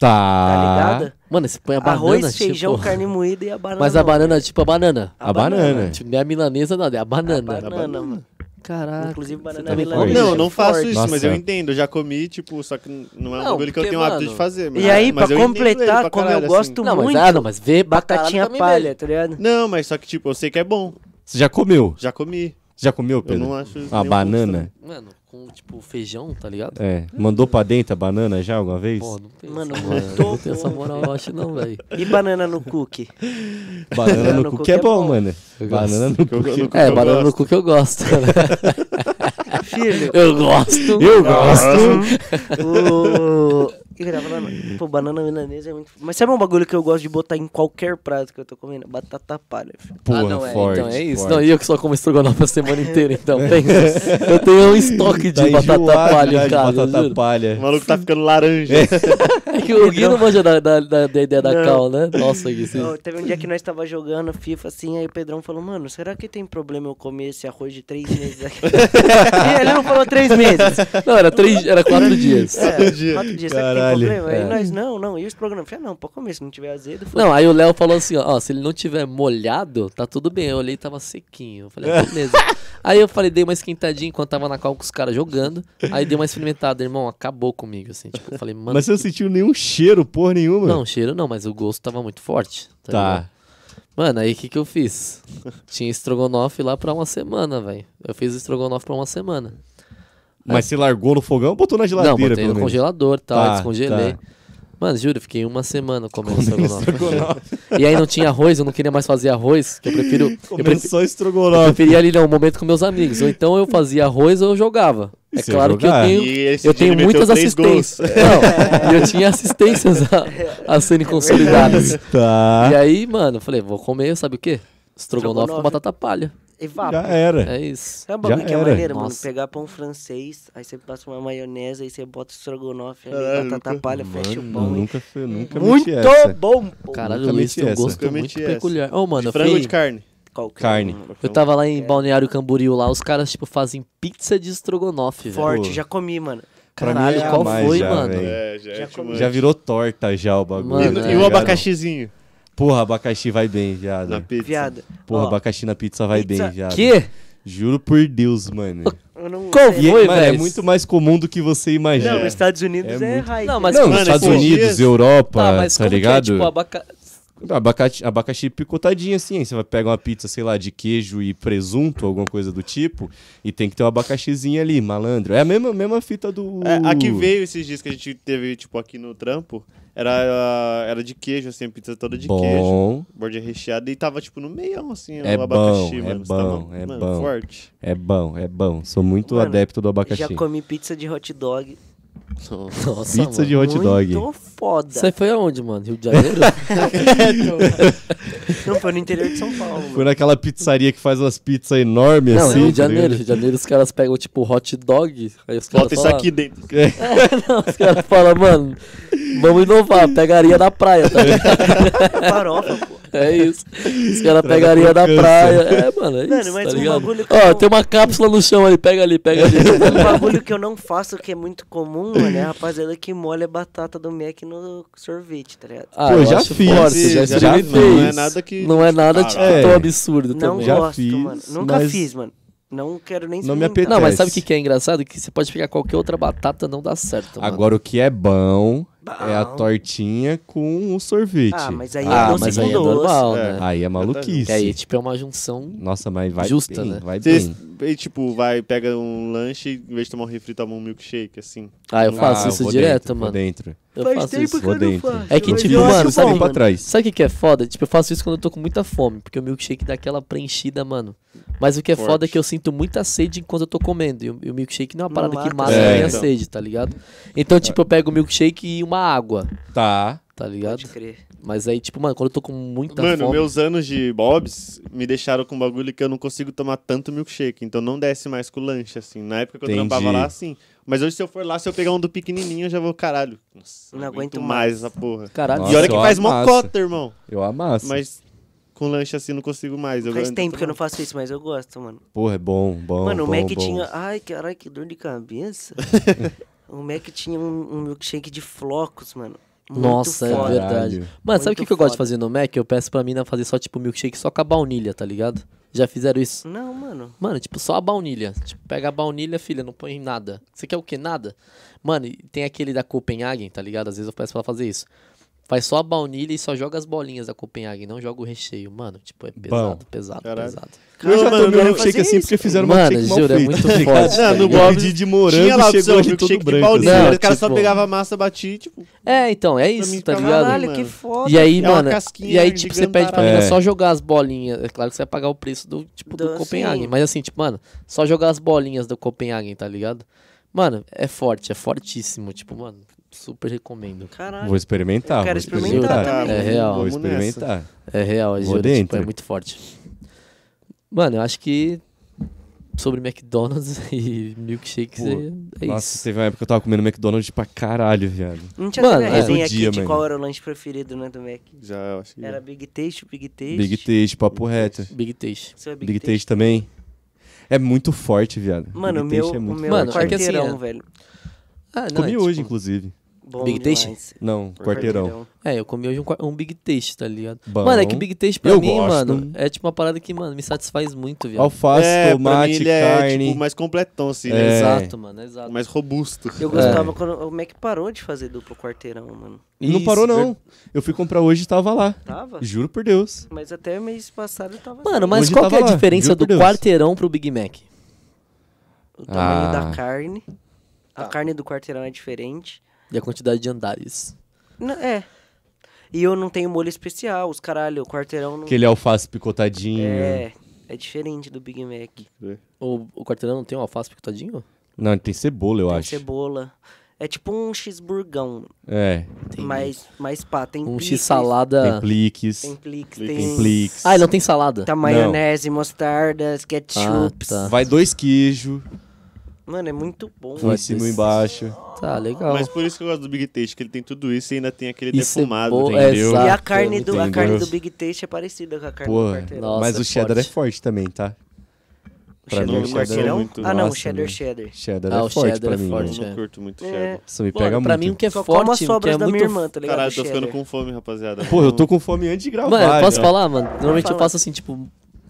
Speaker 3: tá
Speaker 2: Tá.
Speaker 3: ligado?
Speaker 1: Mano, você põe a banana,
Speaker 3: Arroz, feijão,
Speaker 1: tipo...
Speaker 3: carne moída e a banana.
Speaker 1: Mas a
Speaker 3: não.
Speaker 1: banana, tipo, a banana.
Speaker 2: A banana.
Speaker 1: Tipo, não é a milanesa, nada, é a
Speaker 3: A
Speaker 1: banana.
Speaker 3: banana, Ah, mano.
Speaker 1: Caraca.
Speaker 3: Inclusive,
Speaker 1: você
Speaker 3: banana é
Speaker 1: também
Speaker 3: milanesa.
Speaker 1: come?
Speaker 6: Não, eu não faço
Speaker 3: Forte.
Speaker 6: isso, mas
Speaker 2: Nossa.
Speaker 6: eu entendo. Eu já comi, tipo, só que não é um
Speaker 1: Não,
Speaker 6: bagulho que eu
Speaker 1: porque,
Speaker 6: tenho o hábito de
Speaker 1: mano-
Speaker 6: fazer. Mas,
Speaker 3: E aí, pra
Speaker 6: mas eu entendo ele
Speaker 3: completar,
Speaker 6: pra
Speaker 3: como eu
Speaker 6: caralho, assim.
Speaker 3: gosto
Speaker 1: Não, mas,
Speaker 3: muito.
Speaker 1: ah, não, mas vê
Speaker 3: Batatinha palha, tá ligado?
Speaker 6: Não, mas só que, tipo, eu sei que é bom.
Speaker 2: Você já comeu?
Speaker 6: Já comi.
Speaker 2: Já comeu, Pedro?
Speaker 6: não acho
Speaker 2: A
Speaker 6: nenhum
Speaker 2: banana?
Speaker 1: Mano, com, tipo, feijão, tá ligado?
Speaker 2: É. Mandou pra dentro a banana já alguma vez?
Speaker 1: Pô, não tem
Speaker 3: Mano,
Speaker 1: essa
Speaker 3: muito
Speaker 1: moral. Não tem essa
Speaker 3: bom,
Speaker 1: moral, eu acho, não, velho.
Speaker 3: E banana no cookie?
Speaker 2: Banana no cu que é bom, mano.
Speaker 1: Eu
Speaker 2: Banana
Speaker 1: gosto.
Speaker 2: no
Speaker 6: Eu-
Speaker 2: cu.
Speaker 6: eu-
Speaker 1: É,
Speaker 6: eu
Speaker 1: banana no
Speaker 6: gosto.
Speaker 1: cu que eu gosto. né?
Speaker 3: Filho,
Speaker 1: eu gosto.
Speaker 2: Eu gosto.
Speaker 3: o... Hum? o que eu tava falando? Pô, banana milanesa é muito... Mas sabe um bagulho que eu gosto de botar em qualquer prato que eu tô comendo? Batata palha, filho.
Speaker 2: Porra,
Speaker 1: ah, não, é,
Speaker 2: forte.
Speaker 1: então é isso.
Speaker 2: forte.
Speaker 1: Não, e eu que só como estrogonofe a semana inteira, então pensa. Eu tenho um estoque de
Speaker 2: Tá
Speaker 1: batata
Speaker 2: enjoado já
Speaker 1: palha,
Speaker 2: de
Speaker 1: cara. eu
Speaker 2: batata
Speaker 1: juro.
Speaker 6: O
Speaker 2: palha.
Speaker 6: maluco tá ficando laranja.
Speaker 1: É que o Gui
Speaker 2: Então-
Speaker 1: não manja da, da, da, da ideia da Cal, né? Nossa, Gui, você...
Speaker 3: Ó, teve um dia que nós tava jogando FIFA, assim, aí o Pedrão falou, mano, será que tem problema eu comer esse arroz de três meses aqui? E ele não falou três meses.
Speaker 1: Não, era, três, era quatro dias.
Speaker 3: É, quatro dias, será que tem
Speaker 2: Caralho,
Speaker 3: problema?
Speaker 2: é.
Speaker 3: Aí nós, não, não. E os programas? Ah, não, pode comer, se não tiver azedo, foi.
Speaker 1: Não, aí o Léo falou assim, ó, ó, se ele não tiver molhado, tá tudo bem. Eu olhei e tava sequinho. Eu falei, ah, beleza. aí eu falei, dei uma esquentadinha enquanto tava na cal com os caras jogando. Aí dei uma experimentada, irmão, acabou comigo, assim. Tipo, eu falei, mano...
Speaker 2: Mas você não sentiu nenhum cheiro, porra nenhuma?
Speaker 1: Não, cheiro não, mas o gosto tava muito forte. Tá. ligado?
Speaker 2: Tá.
Speaker 1: Mano, aí o que que eu fiz? Tinha estrogonofe lá pra uma semana, velho. Eu fiz o estrogonofe pra uma semana.
Speaker 2: Mas você largou no fogão ou botou na
Speaker 1: É. Não,
Speaker 2: geladeira,
Speaker 1: botei
Speaker 2: pelo
Speaker 1: no
Speaker 2: menos?
Speaker 1: congelador e tal,
Speaker 2: Tá,
Speaker 1: aí descongelei.
Speaker 2: tá.
Speaker 1: Mano, juro, eu fiquei uma semana comendo estrogonofe. e aí não tinha arroz, eu não queria mais fazer arroz, que eu prefiro... Eu,
Speaker 2: Comendo
Speaker 1: prefe-
Speaker 2: só
Speaker 1: eu
Speaker 2: estrogonofe.
Speaker 1: preferia ali, não, um momento com meus amigos. Ou então eu fazia arroz ou eu jogava. É
Speaker 2: Você
Speaker 1: claro que eu
Speaker 2: jogar.
Speaker 1: tenho...
Speaker 6: E esse
Speaker 1: Eu
Speaker 6: dia
Speaker 1: tenho
Speaker 6: ele meteu
Speaker 1: muitas
Speaker 6: três gols.
Speaker 1: assistências. Não, e eu tinha assistências a, a
Speaker 6: É
Speaker 1: serem consolidadas.
Speaker 2: Tá.
Speaker 1: E aí, mano, eu falei, vou comer, sabe o quê? Estrogonofe com
Speaker 3: Estrogonofe.
Speaker 1: batata palha.
Speaker 3: E vá,
Speaker 2: Já era.
Speaker 1: É isso.
Speaker 3: Sabe um bagulho
Speaker 2: Já
Speaker 3: que é
Speaker 2: era.
Speaker 3: maneiro, mano?
Speaker 1: Nossa.
Speaker 3: Pegar pão francês, aí você passa uma maionese, aí você bota estrogonofe,
Speaker 6: Caralho,
Speaker 3: ali, batata
Speaker 6: nunca-
Speaker 3: palha, fecha o
Speaker 1: tipo,
Speaker 2: Não,
Speaker 3: pão. hein?
Speaker 2: nunca foi, nunca meti
Speaker 3: Muito
Speaker 2: essa.
Speaker 3: bom, pô.
Speaker 1: Caralho, o
Speaker 2: Nunca
Speaker 1: Luiz
Speaker 2: meti
Speaker 1: tem um
Speaker 2: essa.
Speaker 1: gosto
Speaker 6: Nunca
Speaker 1: muito
Speaker 6: meti essa.
Speaker 1: peculiar. Ô, mano, eu
Speaker 6: Frango
Speaker 1: fiquei...
Speaker 6: de carne.
Speaker 3: Qualquer
Speaker 2: Carne.
Speaker 3: um.
Speaker 1: Eu tava lá em Balneário Camboriú lá, os caras, tipo, fazem pizza de estrogonofe, velho.
Speaker 3: Forte,
Speaker 2: Pô.
Speaker 3: já comi, mano.
Speaker 2: Pra mim
Speaker 1: Caralho,
Speaker 2: é a
Speaker 1: qual
Speaker 2: mais
Speaker 1: foi,
Speaker 2: já,
Speaker 1: mano?
Speaker 2: velho.
Speaker 6: É, já,
Speaker 3: Já
Speaker 6: é
Speaker 3: comi.
Speaker 6: demais.
Speaker 2: Já virou torta já o bagulho.
Speaker 1: Mano,
Speaker 2: tá
Speaker 1: é.
Speaker 6: E, e o
Speaker 2: ligado?
Speaker 6: abacaxizinho
Speaker 2: Porra, abacaxi vai bem, viado.
Speaker 6: na pizza.
Speaker 3: Viado.
Speaker 2: Porra,
Speaker 3: Ó,
Speaker 2: abacaxi na pizza vai
Speaker 3: pizza-
Speaker 2: bem, viado.
Speaker 1: Que?
Speaker 2: Juro por Deus, mano.
Speaker 3: eu não
Speaker 1: Qual
Speaker 3: sei.
Speaker 2: E é-
Speaker 1: Foi,
Speaker 2: mano, é
Speaker 1: velho.
Speaker 2: muito mais comum do que você imagina.
Speaker 3: Não, nos Estados Unidos
Speaker 2: É
Speaker 3: é,
Speaker 2: muito-
Speaker 3: raio.
Speaker 1: Não, mas-
Speaker 2: Não,
Speaker 1: Mano,
Speaker 2: nos Estados
Speaker 6: esses
Speaker 2: Unidos,
Speaker 6: dias-
Speaker 2: Europa,
Speaker 1: Tá,
Speaker 2: tá,
Speaker 1: mas como
Speaker 2: ligado?
Speaker 1: que é, tipo, abaca...
Speaker 2: abacaxi, abacaxi picotadinho assim, aí você vai pegar uma pizza, sei lá, de queijo e presunto, alguma coisa do tipo, e tem que ter um abacaxizinho ali, malandro. É a mesma, mesma fita do...
Speaker 6: É, a que
Speaker 2: Uh.
Speaker 6: veio esses dias que a gente teve, tipo, aqui no trampo, era, era de queijo, assim, a pizza toda de queijo.
Speaker 2: Bom,
Speaker 6: Borda recheada e tava, tipo, no meião, assim,
Speaker 2: É
Speaker 6: o abacaxi,
Speaker 2: bom, é
Speaker 6: mano. você tá
Speaker 2: bom,
Speaker 6: mal-
Speaker 2: é
Speaker 6: mano,
Speaker 2: bom.
Speaker 6: forte.
Speaker 2: é bom, é bom. Sou muito
Speaker 3: Mano,
Speaker 2: adepto do
Speaker 3: já
Speaker 2: abacaxi.
Speaker 3: comi pizza de hot dog.
Speaker 1: Nossa,
Speaker 2: Pizza de
Speaker 1: mano.
Speaker 2: hot dog.
Speaker 3: Muito foda.
Speaker 1: Isso aí foi aonde, mano? Rio de Janeiro?
Speaker 3: Não, foi no interior de São Paulo, mano.
Speaker 2: Foi naquela pizzaria que faz umas pizzas enormes
Speaker 1: Não, é
Speaker 2: assim.
Speaker 1: Rio de
Speaker 2: tá ligado?
Speaker 1: Janeiro. Rio de Janeiro os caras pegam, tipo, hot dog. Aí os caras
Speaker 6: Bota isso
Speaker 1: falam-
Speaker 6: aqui dentro.
Speaker 1: Não, os caras falam, mano, vamos inovar, pegaria na praia, tá ligado?
Speaker 3: Farofa, pô.
Speaker 1: É isso. Os caras
Speaker 2: Traga
Speaker 1: pegaria da
Speaker 2: crocância.
Speaker 1: praia. É, mano, é
Speaker 3: Mano,
Speaker 1: isso.
Speaker 3: mas
Speaker 1: tá
Speaker 3: um
Speaker 1: ligado?
Speaker 3: bagulho que
Speaker 1: Ó,
Speaker 3: eu-
Speaker 1: tem uma cápsula no chão ali, pega ali, pega ali.
Speaker 3: Um bagulho que eu não faço, que é muito comum, mano, é a rapaziada que molha a batata do Mac no sorvete, tá ligado?
Speaker 1: Ah,
Speaker 2: Pô,
Speaker 1: eu
Speaker 2: já
Speaker 1: acho
Speaker 2: fiz,
Speaker 1: forte, já,
Speaker 2: já
Speaker 1: experimentei
Speaker 2: fiz, não
Speaker 6: é
Speaker 1: isso.
Speaker 6: nada que-
Speaker 1: Não é nada, tipo,
Speaker 2: Caralho.
Speaker 1: tão absurdo
Speaker 3: Não
Speaker 1: também.
Speaker 2: Já
Speaker 3: gosto,
Speaker 2: fiz,
Speaker 3: mano. Nunca
Speaker 2: mas-
Speaker 3: fiz, mano. Não quero nem
Speaker 2: Não me
Speaker 3: experimentar.
Speaker 1: Não, mas sabe o
Speaker 2: Acontece.
Speaker 1: que, que é engraçado? Que você pode pegar qualquer outra batata, não dá certo, mano.
Speaker 2: Agora o que é bom, é a tortinha com o sorvete.
Speaker 3: Ah, mas aí
Speaker 1: ah,
Speaker 3: é doce
Speaker 1: mas
Speaker 3: com
Speaker 1: aí é
Speaker 3: doce.
Speaker 1: normal,
Speaker 6: É.
Speaker 1: né?
Speaker 2: Aí é
Speaker 1: Que
Speaker 2: maluquice.
Speaker 1: aí, tipo, é uma junção.
Speaker 2: Nossa, mas vai
Speaker 1: Justa,
Speaker 2: bem,
Speaker 1: né?
Speaker 2: vai
Speaker 6: Você,
Speaker 2: bem.
Speaker 6: e, tipo, vai, pega um lanche, em vez de tomar um refri, toma um milkshake, assim.
Speaker 1: Ah, eu faço
Speaker 2: Ah,
Speaker 1: isso
Speaker 2: vou
Speaker 1: direto,
Speaker 2: dentro, vou
Speaker 1: mano.
Speaker 2: dentro.
Speaker 1: Eu
Speaker 3: Faz
Speaker 1: faço
Speaker 3: tempo
Speaker 1: isso.
Speaker 3: que eu
Speaker 2: Vou
Speaker 3: não
Speaker 2: dentro.
Speaker 3: faço.
Speaker 1: É que,
Speaker 3: Mas
Speaker 1: tipo,
Speaker 3: eu acho
Speaker 1: mano,
Speaker 2: sai
Speaker 3: bom,
Speaker 2: pra trás.
Speaker 1: Sabe o que, que é foda? Tipo, eu faço isso quando eu tô com muita fome, porque o milkshake dá aquela preenchida, mano. Mas o que é
Speaker 6: Forte.
Speaker 1: foda é que eu sinto muita sede enquanto eu tô comendo. E o, e o milkshake não é uma
Speaker 3: Não
Speaker 1: parada que
Speaker 3: mata,
Speaker 1: mata
Speaker 2: né?
Speaker 1: a
Speaker 2: É,
Speaker 1: minha
Speaker 6: então.
Speaker 1: sede, tá ligado? Então, tipo, eu pego o milkshake e uma água,
Speaker 2: Tá.
Speaker 1: tá ligado?
Speaker 3: Pode crer.
Speaker 1: Mas aí, tipo, mano, quando eu tô com
Speaker 3: Tá
Speaker 1: muita
Speaker 6: Mano,
Speaker 1: fome.
Speaker 6: meus anos de Bob's me deixaram com um bagulho que eu não consigo tomar tanto milkshake. Então não desce mais com o lanche, assim. Na época que eu
Speaker 2: Entendi.
Speaker 6: trampava lá, sim. Mas hoje, se eu for lá, se eu pegar um do pequenininho, eu já vou, caralho. Nossa,
Speaker 3: Não aguento mais.
Speaker 6: mais essa porra.
Speaker 1: Caralho, é
Speaker 2: Nossa,
Speaker 6: e olha que
Speaker 2: eu
Speaker 6: faz mó
Speaker 2: amasso.
Speaker 6: cota, irmão.
Speaker 2: Eu amasso.
Speaker 6: Mas com lanche assim, não consigo mais. Eu
Speaker 3: Faz
Speaker 6: ainda
Speaker 3: tempo
Speaker 6: tô
Speaker 3: que eu não
Speaker 6: tomando.
Speaker 3: faço isso, mas eu gosto, mano.
Speaker 2: Porra, é bom, bom,
Speaker 3: mano,
Speaker 2: bom,
Speaker 3: o Mac
Speaker 2: bom.
Speaker 3: tinha. Ai, caralho, que dor de cabeça. o Mac tinha um, um milkshake de flocos, mano. Muito
Speaker 1: Nossa, é
Speaker 3: foda.
Speaker 1: verdade.
Speaker 2: Caralho.
Speaker 1: Mano, sabe o que,
Speaker 3: Muito
Speaker 1: que eu gosto de
Speaker 3: foda.
Speaker 1: fazer no Mac? Eu peço pra mina fazer só, tipo, milkshake só com a baunilha, tá ligado? Já fizeram isso?
Speaker 3: Não, mano.
Speaker 1: Mano, tipo, só a baunilha. Tipo, pega a baunilha, filha, não põe nada. Você quer o quê? Nada. Mano, e tem aquele da Copenhagen, tá ligado? Às vezes eu peço pra ela fazer isso. Faz só a baunilha e só joga as bolinhas da Copenhagen, não joga o recheio. Mano, tipo, é pesado, pesado,
Speaker 6: Caralho.
Speaker 1: pesado.
Speaker 2: Eu já
Speaker 6: Não, mano,
Speaker 2: tomei um
Speaker 6: eu
Speaker 2: milkshake
Speaker 6: fazia
Speaker 2: assim
Speaker 6: isso.
Speaker 2: porque fizeram
Speaker 1: Mano,
Speaker 2: um milkshake mal
Speaker 1: juro, é
Speaker 2: feito.
Speaker 1: muito
Speaker 2: tá ligado?
Speaker 1: forte,
Speaker 6: Não, no
Speaker 2: Eu
Speaker 6: Bob's
Speaker 2: pedi de morango
Speaker 6: Tinha lá
Speaker 2: e
Speaker 6: o
Speaker 2: chegou
Speaker 6: seu
Speaker 2: aqui todo
Speaker 6: milkshake de
Speaker 2: branco.
Speaker 6: Paulista.
Speaker 2: assim.
Speaker 1: Não,
Speaker 6: o cara só
Speaker 1: tipo-
Speaker 6: pegava a massa, batia e, tipo...
Speaker 1: É, então, é isso,
Speaker 6: mim,
Speaker 1: tá
Speaker 6: caralho,
Speaker 1: ligado?
Speaker 3: Caralho, que
Speaker 6: mano.
Speaker 3: foda.
Speaker 1: E aí,
Speaker 6: É uma
Speaker 1: mano,
Speaker 6: casquinha
Speaker 1: e aí, tipo, você pede pra mina
Speaker 2: É.
Speaker 1: só jogar as bolinhas. É claro que você vai pagar o preço do, tipo, do
Speaker 3: Do-
Speaker 1: Copenhagen.
Speaker 3: sim.
Speaker 1: Mas assim, tipo, mano, só jogar as bolinhas do Copenhagen, tá ligado? Mano, é forte, é fortíssimo. Tipo, mano, super recomendo.
Speaker 3: Caralho.
Speaker 2: Vou experimentar,
Speaker 3: Eu quero
Speaker 2: vou
Speaker 3: experimentar também.
Speaker 1: É real.
Speaker 2: Vou
Speaker 6: Vamos
Speaker 2: experimentar.
Speaker 1: É real, é
Speaker 2: Vou
Speaker 1: juro, tipo,
Speaker 2: dentro.
Speaker 1: é muito forte. Mano, eu acho que sobre McDonald's e milkshakes
Speaker 2: Pô,
Speaker 1: é, é
Speaker 2: Nossa,
Speaker 1: isso.
Speaker 2: teve uma época que eu tava comendo McDonald's pra caralho, viado.
Speaker 3: Não tinha
Speaker 1: Mano,
Speaker 3: mano,
Speaker 1: é.
Speaker 3: resenha
Speaker 2: Todo
Speaker 3: aqui
Speaker 2: dia,
Speaker 3: de
Speaker 2: mano.
Speaker 3: qual era o lanche preferido, né, do Mac?
Speaker 6: Já, eu acho que...
Speaker 3: Era Big Taste, Big Taste.
Speaker 2: Big Taste, papo reto.
Speaker 1: Big Taste.
Speaker 3: Seu é
Speaker 2: Big, Taste também. É muito forte, viado.
Speaker 3: Mano, o
Speaker 2: Big
Speaker 3: meu,
Speaker 2: Taste é
Speaker 3: o
Speaker 2: muito
Speaker 3: meu
Speaker 1: Mano,
Speaker 2: forte.
Speaker 1: é que assim,
Speaker 3: quarteirão,
Speaker 1: é-
Speaker 3: velho.
Speaker 1: Ah, não,
Speaker 2: Comi
Speaker 1: é,
Speaker 2: hoje,
Speaker 1: tipo,
Speaker 2: inclusive.
Speaker 3: Bom
Speaker 1: Big Taste?
Speaker 3: demais.
Speaker 2: Não, quarteirão.
Speaker 1: É, eu comi hoje um, qua- um Big Taste, tá ligado?
Speaker 2: Bom.
Speaker 1: Mano, é que Big Taste pra
Speaker 2: Eu
Speaker 1: mim,
Speaker 2: gosto.
Speaker 1: mano, é tipo uma parada que, mano, me satisfaz muito, viado.
Speaker 2: Alface,
Speaker 6: é, pra mim
Speaker 2: tomate,
Speaker 6: ele é,
Speaker 2: carne.
Speaker 6: tipo, mais completão, assim,
Speaker 2: É.
Speaker 6: né?
Speaker 1: Exato, mano, exato.
Speaker 6: Mais robusto.
Speaker 3: Eu gostava quando o Mac parou de fazer duplo quarteirão, mano.
Speaker 2: Não
Speaker 1: Isso,
Speaker 2: parou,
Speaker 1: ver-
Speaker 2: não.
Speaker 6: né?
Speaker 2: Eu fui comprar hoje e tava lá.
Speaker 3: Tava?
Speaker 2: Juro por Deus.
Speaker 3: Mas até mês passado tava.
Speaker 1: Mano, mas
Speaker 2: Hoje
Speaker 1: qual que é a
Speaker 2: tava lá,
Speaker 1: diferença
Speaker 2: juro por
Speaker 1: do
Speaker 2: Deus.
Speaker 1: quarteirão pro Big Mac?
Speaker 3: assim. O tamanho
Speaker 2: Ah. Tá.
Speaker 3: da carne. A carne do quarteirão é diferente.
Speaker 1: E a quantidade de andares.
Speaker 3: Não, é. E eu não tenho molho especial, os caralho, o quarteirão não.
Speaker 2: Aquele alface picotadinho.
Speaker 3: É. É diferente do Big Mac.
Speaker 1: O, o quarteirão não tem um alface picotadinho?
Speaker 2: Não, tem cebola, eu
Speaker 3: Tem
Speaker 2: acho.
Speaker 3: cebola. É tipo um cheeseburgão,
Speaker 2: É.
Speaker 1: Tem
Speaker 3: mas mais pá, tem
Speaker 1: um
Speaker 3: picles,
Speaker 2: Tem
Speaker 1: x-salada...
Speaker 2: pliques.
Speaker 3: Tem plix, tem,
Speaker 6: Plix.
Speaker 2: Tem pliques.
Speaker 1: Ah, ele não tem salada?
Speaker 3: Tá maionese, mostardas, ketchup.
Speaker 1: Ah, tá.
Speaker 2: Vai dois queijos.
Speaker 3: Mano, é muito bom.
Speaker 2: um Em cima e um embaixo.
Speaker 1: Tá, legal.
Speaker 6: Mas por isso que eu gosto do Big Taste, que ele tem tudo isso e ainda tem aquele
Speaker 1: Isso é
Speaker 6: defumado.
Speaker 1: bom,
Speaker 6: né?
Speaker 2: entendeu?
Speaker 1: exato,
Speaker 3: E a
Speaker 1: né?
Speaker 3: carne, do, a
Speaker 2: Entendeu?
Speaker 3: carne do Big Taste é parecida com a carne do
Speaker 2: Porra,
Speaker 3: quarteirão.
Speaker 1: Nossa,
Speaker 2: mas o cheddar
Speaker 1: forte.
Speaker 2: é forte também, tá? Pra
Speaker 3: cheddar
Speaker 2: mim,
Speaker 3: do
Speaker 2: o cheddar é
Speaker 3: quarteirão?
Speaker 6: muito-
Speaker 3: Ah, não,
Speaker 2: Nossa,
Speaker 3: cheddar,
Speaker 2: mano.
Speaker 3: cheddar.
Speaker 2: Cheddar
Speaker 1: Ah,
Speaker 2: é
Speaker 1: o
Speaker 2: forte
Speaker 1: cheddar
Speaker 2: pra
Speaker 1: é
Speaker 2: mim.
Speaker 6: Eu
Speaker 1: forte.
Speaker 2: mano.
Speaker 6: não
Speaker 1: é.
Speaker 6: curto muito
Speaker 3: É.
Speaker 6: cheddar.
Speaker 2: Isso me
Speaker 1: Mano,
Speaker 2: pega
Speaker 1: pra mim
Speaker 2: muito.
Speaker 1: o que é
Speaker 3: Só como as
Speaker 1: forte, o que
Speaker 3: sobras
Speaker 1: é
Speaker 3: da
Speaker 1: muito
Speaker 3: minha irmã, tá ligado?
Speaker 6: Caralho, tô
Speaker 3: Cheddar.
Speaker 6: ficando com fome, rapaziada.
Speaker 2: Pô, eu tô com fome antes de gravar.
Speaker 1: é Mano, posso
Speaker 2: já.
Speaker 1: falar, mano? Normalmente eu
Speaker 3: falar.
Speaker 1: faço assim, tipo,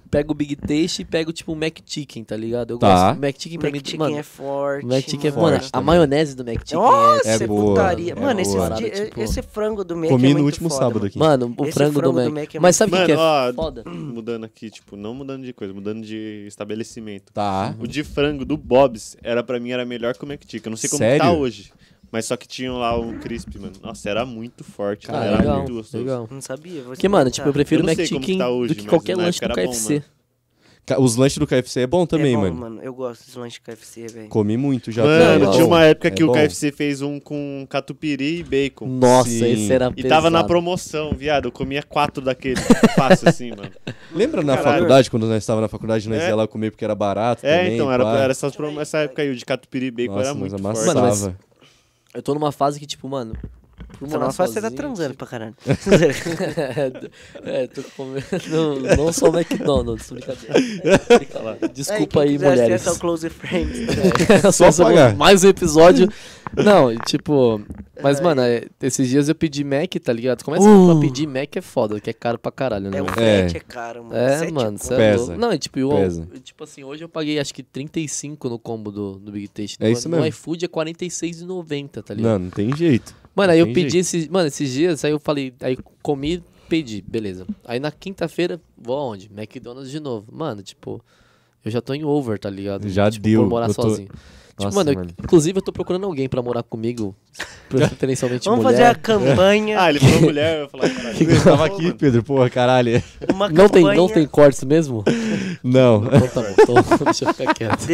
Speaker 1: pego o Big Taste e pego, tipo, o Mac Chicken, tá ligado? Eu
Speaker 2: Tá.
Speaker 1: gosto. O Mac Chicken pra mim,
Speaker 3: McChicken
Speaker 1: mano.
Speaker 3: é forte.
Speaker 1: o Mac Chicken é,
Speaker 3: mano.
Speaker 1: mano,
Speaker 2: forte
Speaker 1: a
Speaker 2: também.
Speaker 1: maionese do Mac Chicken
Speaker 3: Nossa,
Speaker 1: é...
Speaker 2: É boa,
Speaker 3: putaria.
Speaker 1: é
Speaker 3: mano,
Speaker 1: boa.
Speaker 3: esses di-
Speaker 1: Parada, tipo-
Speaker 3: esse frango do Mac é
Speaker 2: Comi
Speaker 3: muito
Speaker 2: no último
Speaker 3: foda,
Speaker 2: sábado
Speaker 3: mano.
Speaker 2: aqui.
Speaker 1: Mano, o
Speaker 3: Esse
Speaker 1: frango do
Speaker 3: frango
Speaker 1: Mac.
Speaker 3: do Mac é
Speaker 1: Mas sabe o que
Speaker 6: Mano,
Speaker 1: que é
Speaker 6: ó,
Speaker 1: foda?
Speaker 6: mudando aqui, tipo, não mudando de coisa, mudando de estabelecimento.
Speaker 2: Tá.
Speaker 6: O de frango do Bob's era pra mim era melhor que o McTick. Eu não sei como
Speaker 2: Sério?
Speaker 6: tá hoje. Mas só que tinham lá um crisp, mano. Nossa, era muito forte.
Speaker 1: Cara,
Speaker 6: né? era
Speaker 1: Ah, legal,
Speaker 6: muito gostoso.
Speaker 1: legal.
Speaker 3: Não sabia. vou
Speaker 1: Porque, mano,
Speaker 3: experimentar.
Speaker 1: tipo, eu prefiro
Speaker 6: Eu
Speaker 1: o
Speaker 6: não
Speaker 1: Mac
Speaker 6: sei como
Speaker 1: Chicken
Speaker 6: tá hoje,
Speaker 1: do que
Speaker 6: mas
Speaker 1: qualquer
Speaker 6: na
Speaker 1: lanche do
Speaker 6: época era bom, né?
Speaker 1: KFC.
Speaker 2: Ca- Os lanches do KFC é bom também,
Speaker 3: é bom,
Speaker 2: mano.
Speaker 3: Eu gosto dos lanches KFC, velho.
Speaker 2: Comi muito já.
Speaker 6: Mano,
Speaker 1: Não,
Speaker 2: também.
Speaker 6: tinha uma época
Speaker 2: É
Speaker 6: que o
Speaker 2: bom. Hum,
Speaker 6: KFC fez um com catupiry e bacon.
Speaker 1: Nossa,
Speaker 2: Sim.
Speaker 1: esse era
Speaker 6: E tava na
Speaker 1: pesado.
Speaker 6: promoção, viado. Eu comia quatro daquele fácil assim, mano.
Speaker 2: Lembra na
Speaker 6: Caralho.
Speaker 2: faculdade, quando nós estávamos na faculdade, nós
Speaker 6: É.
Speaker 2: ia lá comer porque era barato
Speaker 6: É,
Speaker 2: também,
Speaker 6: então, era,
Speaker 2: pá.
Speaker 6: era essas promo- essa época aí, o de catupiry e bacon
Speaker 2: Nossa,
Speaker 6: era
Speaker 2: mas é
Speaker 6: muito forte.
Speaker 2: amassava.
Speaker 1: Mano, Eu tô numa fase que, tipo, mano... por
Speaker 3: Essa
Speaker 1: morar
Speaker 3: nossa você tá
Speaker 1: sozinho,
Speaker 3: transando pra caralho.
Speaker 1: é, tô comendo. Não, não sou McDonald's, brincadeira. Desculpa aí, mulheres.
Speaker 3: Essa é o Close Friends. né?
Speaker 1: Só
Speaker 2: Só
Speaker 1: sobre
Speaker 2: pagar.
Speaker 1: mais um episódio. Não, e tipo. Mas, mano, é, esses dias eu pedi Mac, tá ligado? Começa pra pedir Mac é foda, que é caro pra caralho, né?
Speaker 3: Uh. É, o
Speaker 1: mano?
Speaker 3: frete é caro, mano.
Speaker 1: É,
Speaker 3: Sete
Speaker 1: mano,
Speaker 3: conto.
Speaker 1: cê é
Speaker 2: Pesa.
Speaker 1: louco. Não, e tipo, eu,
Speaker 2: Pesa.
Speaker 1: eu- tipo assim, hoje eu paguei acho que 35 no combo do, do Big Taste.
Speaker 2: É
Speaker 1: No-
Speaker 2: isso
Speaker 1: No
Speaker 2: mesmo.
Speaker 1: iFood é 46,90, tá ligado?
Speaker 2: Não, não tem jeito.
Speaker 1: Mano, aí eu
Speaker 2: Tem
Speaker 1: pedi
Speaker 2: jeito.
Speaker 1: esses, mano, esses dias, aí eu falei, aí comi, pedi, beleza. Aí na quinta-feira, vou aonde? McDonald's de novo. Mano, tipo, eu já tô em over, tá ligado?
Speaker 2: Já
Speaker 1: tipo,
Speaker 2: deu,
Speaker 1: Por morar
Speaker 2: eu tô-
Speaker 1: sozinho. tipo,
Speaker 2: Nossa,
Speaker 1: mano, eu-
Speaker 2: mano.
Speaker 1: inclusive eu tô procurando alguém pra morar comigo, preferencialmente
Speaker 3: Vamos fazer a
Speaker 1: mulher.
Speaker 3: campanha.
Speaker 6: Ah, ele falou mulher, eu falei, caralho.
Speaker 2: Eu tava aqui, Pedro, porra, caralho.
Speaker 3: Uma
Speaker 1: Não tem, não
Speaker 3: campanha
Speaker 1: tem cortes mesmo?
Speaker 2: Não.
Speaker 1: Então tá bom, então deixa eu ficar quieto. Vamos-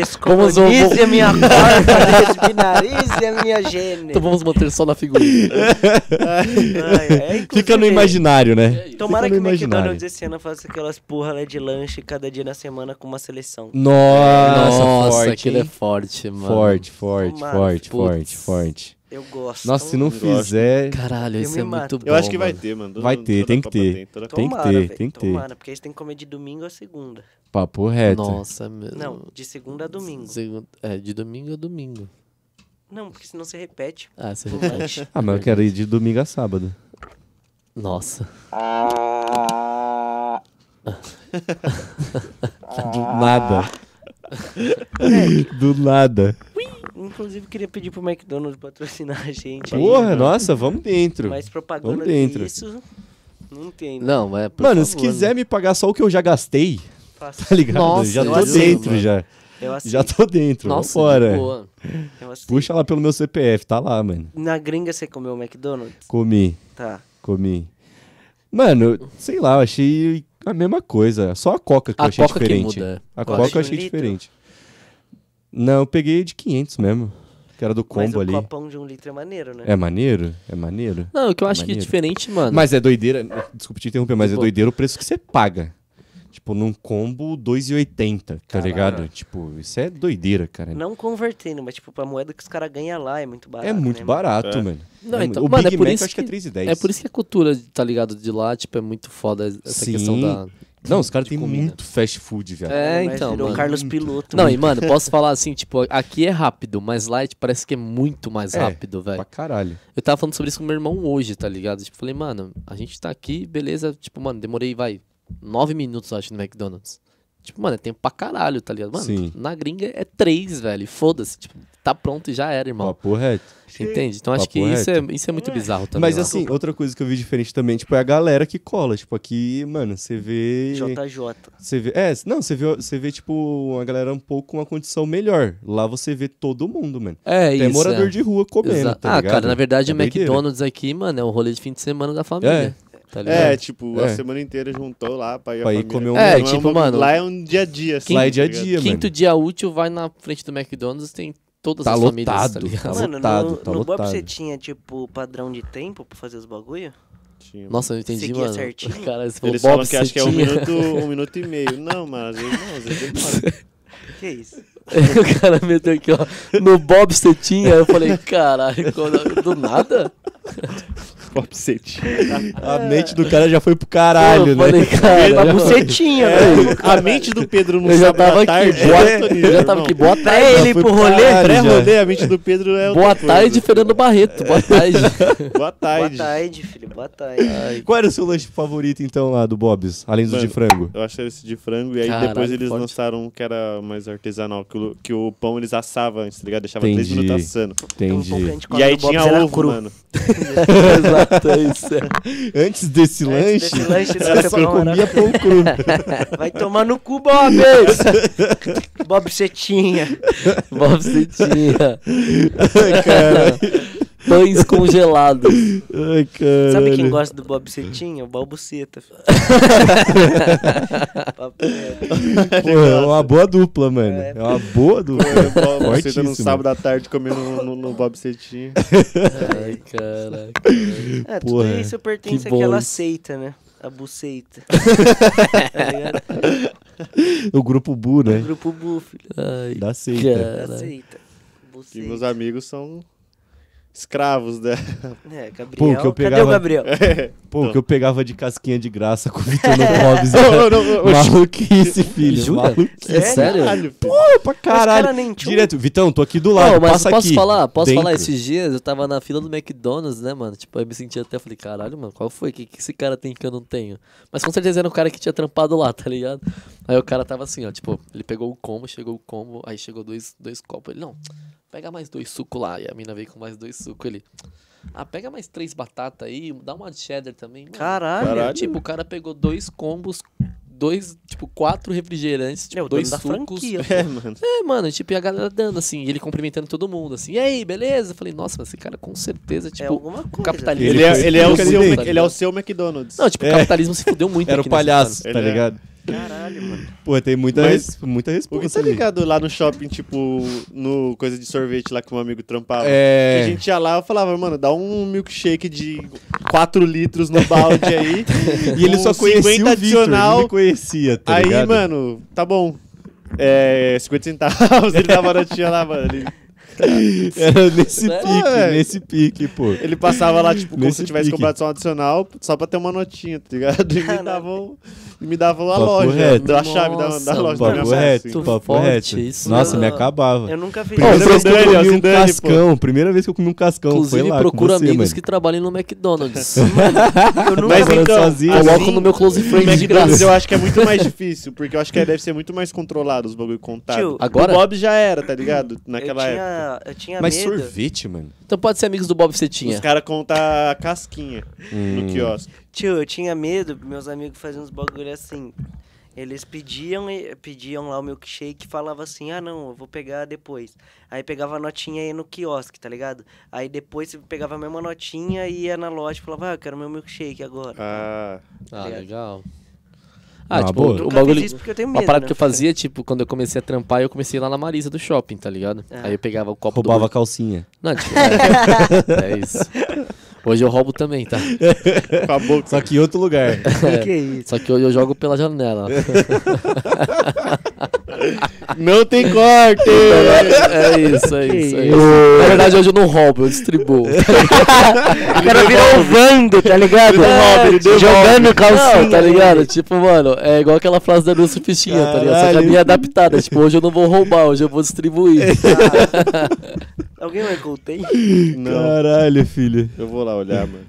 Speaker 3: Descolonize a minha porta, desbinarize a minha gênero.
Speaker 1: Então vamos manter só na figurinha.
Speaker 3: Ai, ai,
Speaker 2: Fica no
Speaker 3: inclusive,
Speaker 2: imaginário, né?
Speaker 3: Tomara que
Speaker 2: Fica
Speaker 3: o
Speaker 2: no imaginário.
Speaker 3: McDonald's esse ano faça aquelas porra lá de lanche cada dia na semana com uma seleção.
Speaker 2: Nossa,
Speaker 1: Nossa,
Speaker 2: forte,
Speaker 1: aquilo é
Speaker 2: hein?
Speaker 1: forte, mano.
Speaker 2: Forte, forte,
Speaker 3: Tomara.
Speaker 2: forte,
Speaker 1: Putz.
Speaker 2: forte, forte.
Speaker 3: Eu gosto.
Speaker 2: Nossa, se não
Speaker 6: Eu gosto.
Speaker 2: fizer,
Speaker 1: Caralho,
Speaker 3: Eu
Speaker 1: isso
Speaker 3: me
Speaker 1: é
Speaker 3: mato.
Speaker 1: muito bom.
Speaker 6: Eu acho que vai
Speaker 1: mano.
Speaker 6: ter, mano.
Speaker 2: Tá Vai ter,
Speaker 6: toda
Speaker 2: tem que
Speaker 6: Copa né?
Speaker 2: ter.
Speaker 6: toda
Speaker 2: Tem que
Speaker 3: tomara,
Speaker 2: ter,
Speaker 3: velho,
Speaker 2: tem que ter.
Speaker 3: Tomara, porque eles têm que comer de domingo a segunda.
Speaker 2: papo reto.
Speaker 1: Nossa, meu.
Speaker 3: Não, de segunda a domingo.
Speaker 1: Segunda- É, de domingo a domingo.
Speaker 3: Não, porque senão você repete.
Speaker 1: Ah, você repete.
Speaker 2: Ah, mas eu quero ir de domingo a sábado.
Speaker 1: Nossa.
Speaker 2: Do
Speaker 6: Ah.
Speaker 2: nada.
Speaker 6: É.
Speaker 2: Do nada.
Speaker 3: Inclusive, queria pedir pro McDonald's patrocinar a gente. aí.
Speaker 2: Porra, nossa, vamos dentro.
Speaker 3: Mas propaganda
Speaker 2: Vamos dentro.
Speaker 3: disso não tem. né?
Speaker 1: Não, é. por
Speaker 2: Mano,
Speaker 1: favor,
Speaker 2: se quiser me pagar só o que eu já gastei,
Speaker 3: Faço.
Speaker 2: tá ligado?
Speaker 1: Nossa,
Speaker 2: já
Speaker 1: eu
Speaker 2: tô
Speaker 1: aceito,
Speaker 2: dentro,
Speaker 1: mano. assim,
Speaker 2: já.
Speaker 3: Eu aceito.
Speaker 2: Já tá tô dentro,
Speaker 1: Nossa, de
Speaker 2: vambora.
Speaker 1: boa.
Speaker 3: eu aceito.
Speaker 2: Puxa lá pelo meu CPF, tá lá, mano.
Speaker 3: Na gringa você comeu McDonald's?
Speaker 2: Comi,
Speaker 3: Tá.
Speaker 2: comi. Mano, sei lá, eu achei a mesma coisa. Só a Coca que
Speaker 1: A
Speaker 2: eu achei
Speaker 1: Coca que
Speaker 2: é diferente.
Speaker 1: muda.
Speaker 2: A
Speaker 3: Coca
Speaker 2: Coca
Speaker 3: de um
Speaker 2: eu achei
Speaker 3: litro?
Speaker 2: diferente. Não, eu peguei de 500 mesmo, que era do
Speaker 3: Mas
Speaker 2: combo
Speaker 3: o
Speaker 2: ali.
Speaker 3: copão de um litro é maneiro, né?
Speaker 2: É maneiro? É maneiro.
Speaker 1: Não, o que eu acho que é
Speaker 2: Maneiro.
Speaker 1: diferente, mano.
Speaker 2: Mas é doideira, desculpa te interromper, mas
Speaker 1: Tipo-
Speaker 2: é doideira o preço que você paga. Tipo, num combo 2,80, tá ligado? Tipo, isso é doideira, cara.
Speaker 3: Não convertendo, mas tipo, pra moeda que os caras ganham lá é muito barato.
Speaker 2: é muito
Speaker 3: né, mano?
Speaker 2: barato,
Speaker 6: É.
Speaker 2: mano.
Speaker 1: Não,
Speaker 2: É
Speaker 1: então,
Speaker 2: muito- o
Speaker 1: mano,
Speaker 2: Big
Speaker 1: é por
Speaker 2: Mac
Speaker 1: isso
Speaker 2: eu acho que é
Speaker 1: que-
Speaker 2: 3,10.
Speaker 1: É por isso que a cultura, tá ligado, de lá, tipo, é muito foda essa
Speaker 2: Sim.
Speaker 1: questão da.
Speaker 2: Não, os caras
Speaker 1: de
Speaker 2: têm
Speaker 1: comida.
Speaker 2: muito fast food, velho.
Speaker 1: É,
Speaker 3: Mas
Speaker 1: então.
Speaker 3: Virou um
Speaker 1: Mano.
Speaker 3: Carlos Piloto.
Speaker 1: Não, e mano, posso falar assim, tipo, aqui é rápido, mas lá tipo, parece que é muito mais
Speaker 2: É,
Speaker 1: rápido, velho.
Speaker 2: Pra caralho.
Speaker 1: Eu tava falando sobre isso com meu irmão hoje, tá ligado? Tipo, falei, mano, a gente tá aqui, beleza. Tipo, mano, demorei, vai, nove minutos, eu acho, no McDonald's. Tipo, mano, é tempo pra caralho, tá ligado? Mano,
Speaker 2: Sim.
Speaker 1: na gringa é três, velho. e Foda-se, tipo, tá pronto e já era, irmão.
Speaker 2: Papo reto.
Speaker 1: Entende? Então acho
Speaker 2: Papo
Speaker 1: que isso é, isso é muito bizarro também.
Speaker 2: é. Mas
Speaker 1: lá.
Speaker 2: assim, outra coisa que eu vi diferente também, tipo, é a galera que cola. Tipo, aqui, mano, você vê.
Speaker 3: JJ.
Speaker 2: Você vê. É, não, você vê, você vê, tipo, uma galera um pouco com uma condição melhor. Lá você vê todo mundo, mano.
Speaker 1: é
Speaker 2: Tem
Speaker 1: isso.
Speaker 2: morador
Speaker 1: é.
Speaker 2: de rua comendo,
Speaker 1: Exato.
Speaker 2: tá
Speaker 1: ah,
Speaker 2: ligado?
Speaker 1: cara, na verdade
Speaker 2: É
Speaker 1: o
Speaker 2: doideira.
Speaker 1: McDonald's aqui, mano, é o rolê de fim de semana da família. Tá ligado?
Speaker 6: É, tipo, a
Speaker 2: É.
Speaker 6: semana inteira juntou lá pra ir,
Speaker 2: Pra
Speaker 6: a
Speaker 2: ir
Speaker 6: família.
Speaker 2: comer um-
Speaker 1: É,
Speaker 6: Não
Speaker 1: tipo,
Speaker 6: um-
Speaker 1: mano,
Speaker 6: Lá é um dia a dia, assim.
Speaker 2: Lá é
Speaker 6: tá
Speaker 2: dia a
Speaker 6: ligado?
Speaker 2: dia, mano.
Speaker 1: Quinto dia útil, vai na frente do McDonald's, tem todas
Speaker 2: Tá
Speaker 1: as famílias, tá
Speaker 2: lotado.
Speaker 1: ligado?
Speaker 2: Tá
Speaker 3: Mano,
Speaker 2: lotado,
Speaker 3: no,
Speaker 2: tá
Speaker 3: no Bob
Speaker 2: lotado.
Speaker 3: você tinha, tipo, padrão de tempo pra fazer os bagulho?
Speaker 6: Tinha, mano.
Speaker 1: Nossa, eu não entendi,
Speaker 3: Seguia
Speaker 1: mano.
Speaker 3: certinho?
Speaker 1: Cara, você falou,
Speaker 6: Eles
Speaker 1: Bob,
Speaker 6: falam que acho que é um
Speaker 1: Cetinha.
Speaker 6: minuto, um minuto e meio. Não, mas às vezes não, às vezes demora.
Speaker 3: Que isso?
Speaker 1: o cara meteu aqui, ó. No Bob você tinha. Eu falei, caralho, quando- do nada?
Speaker 6: Popsete.
Speaker 2: A mente do cara já foi pro caralho,
Speaker 1: eu
Speaker 2: né?
Speaker 1: falei, cara. já-
Speaker 3: Bucetinha, né? velho.
Speaker 6: É, a mente do Pedro no
Speaker 1: Eu já
Speaker 6: sábado
Speaker 1: tava
Speaker 6: à
Speaker 1: aqui,
Speaker 6: tarde.
Speaker 1: boa,
Speaker 6: é sintonia,
Speaker 1: eu já tava
Speaker 6: irmão.
Speaker 1: aqui, boa
Speaker 3: Pra
Speaker 1: tarde.
Speaker 3: ele pro rolê?
Speaker 6: Pré-rolê, a mente do Pedro é outra
Speaker 1: Boa
Speaker 6: coisa.
Speaker 1: tarde, Fernando Barreto. Boa tarde.
Speaker 6: Boa
Speaker 3: Boa
Speaker 6: tarde.
Speaker 3: tarde, filho. Boa tarde.
Speaker 2: Qual era o seu lanche favorito, então, lá do Bob's? Além do de
Speaker 6: Mano,
Speaker 2: frango?
Speaker 6: Eu acho esse de frango. E aí
Speaker 1: Caralho,
Speaker 6: depois eles
Speaker 1: forte.
Speaker 6: lançaram um que era mais artesanal. Que o, que o pão eles assavam antes, tá ligado? Deixava três
Speaker 2: Entendi.
Speaker 6: minutos assando.
Speaker 3: um
Speaker 2: Entendi.
Speaker 6: E aí tinha ovo, mano.
Speaker 1: Exato, é isso. é.
Speaker 2: Antes desse lanche,
Speaker 3: desse lanche,
Speaker 2: o cara
Speaker 3: você
Speaker 2: só comia
Speaker 3: comia
Speaker 2: pão cru.
Speaker 3: Vai tomar no cu, Bobes! Bob Setinha.
Speaker 1: Bob você tinha. Pães congelados.
Speaker 2: Ai, cara.
Speaker 3: Sabe quem gosta do Bob Setinha? O Balbuceta. filho. Papo reto.
Speaker 2: é uma boa dupla, mano.
Speaker 3: É.
Speaker 2: É uma boa dupla.
Speaker 6: Você tá
Speaker 2: Fortíssimo.
Speaker 6: num sábado à tarde comendo no, no, no Bob Setinha.
Speaker 1: Ai, caraca.
Speaker 3: É, tudo
Speaker 2: Porra,
Speaker 3: isso pertence
Speaker 1: que
Speaker 3: àquela
Speaker 1: bom.
Speaker 3: seita, né? A buceita. Tá
Speaker 2: O grupo Bu, né?
Speaker 3: Grupo é- Bu, filho.
Speaker 1: Ai,
Speaker 2: Da seita.
Speaker 3: A
Speaker 1: cara.
Speaker 3: seita.
Speaker 6: E
Speaker 3: Buceita.
Speaker 6: meus amigos são escravos né, da.
Speaker 3: É,
Speaker 2: Pô,
Speaker 3: Gabriel.
Speaker 2: o que eu
Speaker 3: Cadê o
Speaker 2: pegava-
Speaker 3: Gabriel?
Speaker 2: Pô, o que eu pegava de casquinha de graça com o Vitor no Bob's. era
Speaker 6: Não, não, não, não.
Speaker 2: Maluquice, filho.
Speaker 1: Jura?
Speaker 2: Maluquice.
Speaker 1: É sério?
Speaker 6: Caralho, filho.
Speaker 2: Pô, pra caralho.
Speaker 3: cara nem tinha um-
Speaker 2: Direto. Vitão, tô aqui do lado.
Speaker 1: Não, mas
Speaker 2: passa
Speaker 1: posso
Speaker 2: aqui.
Speaker 1: falar, posso falar,
Speaker 2: Dentro.
Speaker 1: esses dias eu tava na fila do McDonald's, né, mano? Tipo, eu me senti até, falei, caralho, mano, qual foi? O que, que esse cara tem que eu não tenho? Mas com certeza era um cara que tinha trampado lá, tá ligado? Aí o cara tava assim, ó, tipo, ele pegou o combo, chegou o combo, aí chegou dois, dois copos. Ele, não, pega mais dois sucos lá. E a mina veio com mais dois sucos. Ele, ah, pega mais três batatas aí, dá uma de cheddar também. Mano,
Speaker 3: Caralho.
Speaker 6: Caralho.
Speaker 1: Tipo, o cara pegou dois combos, dois, tipo, quatro refrigerantes, tipo,
Speaker 3: É, o dono
Speaker 1: dois
Speaker 3: da
Speaker 1: sucos.
Speaker 3: franquia.
Speaker 6: É, mano.
Speaker 1: É, mano, tipo, e a galera dando, assim, e ele cumprimentando todo mundo, assim, e aí, beleza? Eu falei, nossa, mas esse cara com certeza,
Speaker 3: é
Speaker 1: tipo.
Speaker 3: alguma coisa.
Speaker 1: capitalismo.
Speaker 6: Ele, é, ele, é o
Speaker 2: Ele
Speaker 6: seu,
Speaker 2: foi-
Speaker 6: Mac- ele é o seu McDonald's.
Speaker 1: Não, tipo, o
Speaker 2: É.
Speaker 1: capitalismo se fudeu muito.
Speaker 2: Era
Speaker 1: aqui
Speaker 2: o
Speaker 1: nessa
Speaker 2: palhaço,
Speaker 1: fase.
Speaker 2: tá
Speaker 6: Ele é-
Speaker 2: ligado?
Speaker 3: Caralho, mano.
Speaker 2: Pô, tem muita,
Speaker 6: Mas-
Speaker 2: res- muita
Speaker 6: O que
Speaker 2: resposta.
Speaker 6: tá
Speaker 2: ali.
Speaker 6: ligado lá no shopping, tipo, no coisa de sorvete lá que um amigo trampava? Que
Speaker 2: É.
Speaker 6: a gente ia lá e falava, mano, dá um milkshake de 4 litros no balde aí.
Speaker 2: E ele só
Speaker 6: um
Speaker 2: conhecia
Speaker 6: 50
Speaker 2: o Vitor, ele
Speaker 6: adicional.
Speaker 2: me conhecia, tá
Speaker 6: aí,
Speaker 2: ligado?
Speaker 6: mano, tá bom. É, 50 centavos, ele dava notinha lá, mano. Ele,
Speaker 2: Era nesse
Speaker 1: É,
Speaker 2: pique,
Speaker 6: é.
Speaker 2: nesse pique, pô.
Speaker 6: ele passava lá, tipo, como
Speaker 2: Nesse
Speaker 6: se eu tivesse
Speaker 2: pique.
Speaker 6: comprado só um adicional, só pra ter uma notinha, tá ligado? E me davam, e me davam a
Speaker 2: Papo
Speaker 6: loja,
Speaker 2: reto.
Speaker 6: da chave da, da
Speaker 1: Nossa,
Speaker 6: loja. da minha
Speaker 2: Papo
Speaker 6: mãe,
Speaker 2: reto,
Speaker 6: assim.
Speaker 2: papo
Speaker 1: Forte
Speaker 2: reto.
Speaker 1: isso,
Speaker 2: Nossa,
Speaker 1: né?
Speaker 2: me acabava.
Speaker 3: Eu nunca fiz
Speaker 2: Primeira
Speaker 6: Ô,
Speaker 2: vez que eu
Speaker 6: Zidane,
Speaker 2: comi
Speaker 6: ó,
Speaker 2: um
Speaker 6: Zidane, assim, pô.
Speaker 2: cascão, primeira vez que eu comi um cascão,
Speaker 1: Inclusive,
Speaker 2: foi lá
Speaker 1: procura
Speaker 2: com você,
Speaker 1: amigos
Speaker 2: mano.
Speaker 1: que trabalham no McDonald's.
Speaker 3: Eu nunca
Speaker 6: Mas
Speaker 2: Morando
Speaker 6: então,
Speaker 2: sozinho.
Speaker 6: assim,
Speaker 1: Coloco no meu close
Speaker 6: O
Speaker 1: friend de
Speaker 6: McDonald's
Speaker 1: graça.
Speaker 6: eu acho que é muito mais difícil, porque eu acho que deve ser muito mais controlado os bagulho
Speaker 3: Tio,
Speaker 6: contado.
Speaker 1: Agora?
Speaker 6: O Bob já era, tá ligado? Naquela
Speaker 3: eu
Speaker 6: época.
Speaker 3: tinha, Eu tinha
Speaker 2: Mas
Speaker 3: medo.
Speaker 2: sorvete, mano.
Speaker 1: Então pode ser amigos do Bob Cetinha.
Speaker 6: Os caras contam a casquinha
Speaker 1: Hum.
Speaker 6: no quiosque.
Speaker 3: Tio, eu tinha medo, meus amigos faziam uns bagulho assim. Eles pediam, e- pediam lá o milkshake e falava assim, ah não, eu vou pegar depois. Aí pegava a notinha e ia no quiosque, tá ligado? Aí depois você pegava a mesma notinha e ia na loja e falava, ah, eu quero meu milkshake agora.
Speaker 6: Ah,
Speaker 1: Ah,
Speaker 3: Obrigado.
Speaker 1: legal. Ah,
Speaker 2: Uma
Speaker 1: tipo,
Speaker 2: boa.
Speaker 1: o
Speaker 3: É. Nunca
Speaker 1: bagulho.
Speaker 3: fiz isso porque eu tenho medo,
Speaker 1: Uma parada
Speaker 3: né?
Speaker 1: que eu fazia, tipo, quando eu comecei a trampar, eu comecei lá na Marisa do shopping, tá ligado?
Speaker 3: É.
Speaker 1: Aí eu pegava o copo
Speaker 2: Roubava a
Speaker 1: do...
Speaker 2: calcinha.
Speaker 1: Não, tipo, é, é isso. Hoje eu roubo também, tá?
Speaker 6: com a boca.
Speaker 2: Só que em outro lugar.
Speaker 3: Que é isso?
Speaker 1: Só que hoje eu jogo pela janela.
Speaker 6: Não tem corte!
Speaker 1: É isso, é isso, é isso. Na verdade, hoje eu não roubo, eu distribuo.
Speaker 3: O cara virou um vando, tá ligado? Jogando
Speaker 1: Não, tá ligado? Tipo, mano, é igual aquela frase da Lúcia Fichinha, tá ligado? Só que a
Speaker 2: Caralho.
Speaker 1: minha é adaptada. Tipo, hoje eu não vou roubar, hoje eu vou distribuir.
Speaker 3: Ah. Alguém marcou o tempo?
Speaker 6: Não,
Speaker 2: Caralho, filho.
Speaker 6: eu vou lá olhar, mano.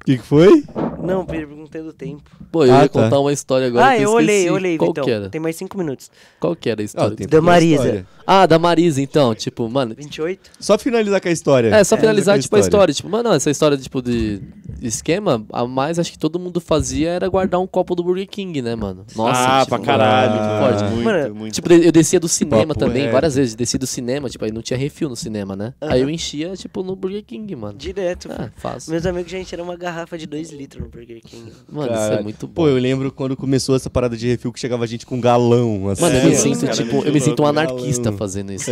Speaker 2: O que, que foi?
Speaker 3: Não, perguntei do tempo.
Speaker 1: Pô, eu
Speaker 2: Ah, tá.
Speaker 1: ia contar uma história agora.
Speaker 3: ah,
Speaker 1: que
Speaker 3: eu
Speaker 1: eu
Speaker 3: olhei,
Speaker 1: esqueci.
Speaker 3: eu olhei,
Speaker 1: Qual
Speaker 3: Vitão.
Speaker 1: que era?
Speaker 3: Tem mais 5 minutos.
Speaker 1: Qual que era a
Speaker 2: Ah,
Speaker 1: história?
Speaker 2: o tempo
Speaker 3: Da Marisa.
Speaker 2: história.
Speaker 1: Ah, da Marisa, então, tipo, mano.
Speaker 3: 28?
Speaker 2: Só finalizar com a história.
Speaker 1: É, só finalizar,
Speaker 2: com
Speaker 1: tipo, a história. Tipo, mano, essa história, tipo, de esquema, a mais acho que todo mundo fazia era guardar um copo do Burger King, né, mano? Nossa,
Speaker 6: ah,
Speaker 1: tipo,
Speaker 6: pra caralho.
Speaker 2: ah,
Speaker 6: mano.
Speaker 1: forte.
Speaker 6: Muito,
Speaker 3: Mano,
Speaker 6: muito.
Speaker 1: Tipo, eu descia do cinema
Speaker 2: Papo
Speaker 1: também,
Speaker 2: reto.
Speaker 1: várias vezes. Descia do cinema, tipo, aí não tinha refil no cinema, né? Aí eu enchia, tipo, no Burger King, mano.
Speaker 3: Direto.
Speaker 1: Ah, fácil.
Speaker 3: Meus amigos já encheram uma garrafa de 2 litros no Burger King.
Speaker 1: Mano, isso é
Speaker 2: Caralho.
Speaker 1: muito
Speaker 2: Pô,
Speaker 1: bom.
Speaker 2: eu lembro quando começou essa parada de refil que chegava gente com galão, assim.
Speaker 1: Mano, eu
Speaker 6: É,
Speaker 1: me
Speaker 6: mano,
Speaker 1: sinto,
Speaker 6: cara, é
Speaker 1: tipo,
Speaker 6: muito
Speaker 1: eu me sinto um
Speaker 2: louco,
Speaker 1: anarquista
Speaker 2: galão.
Speaker 1: fazendo isso.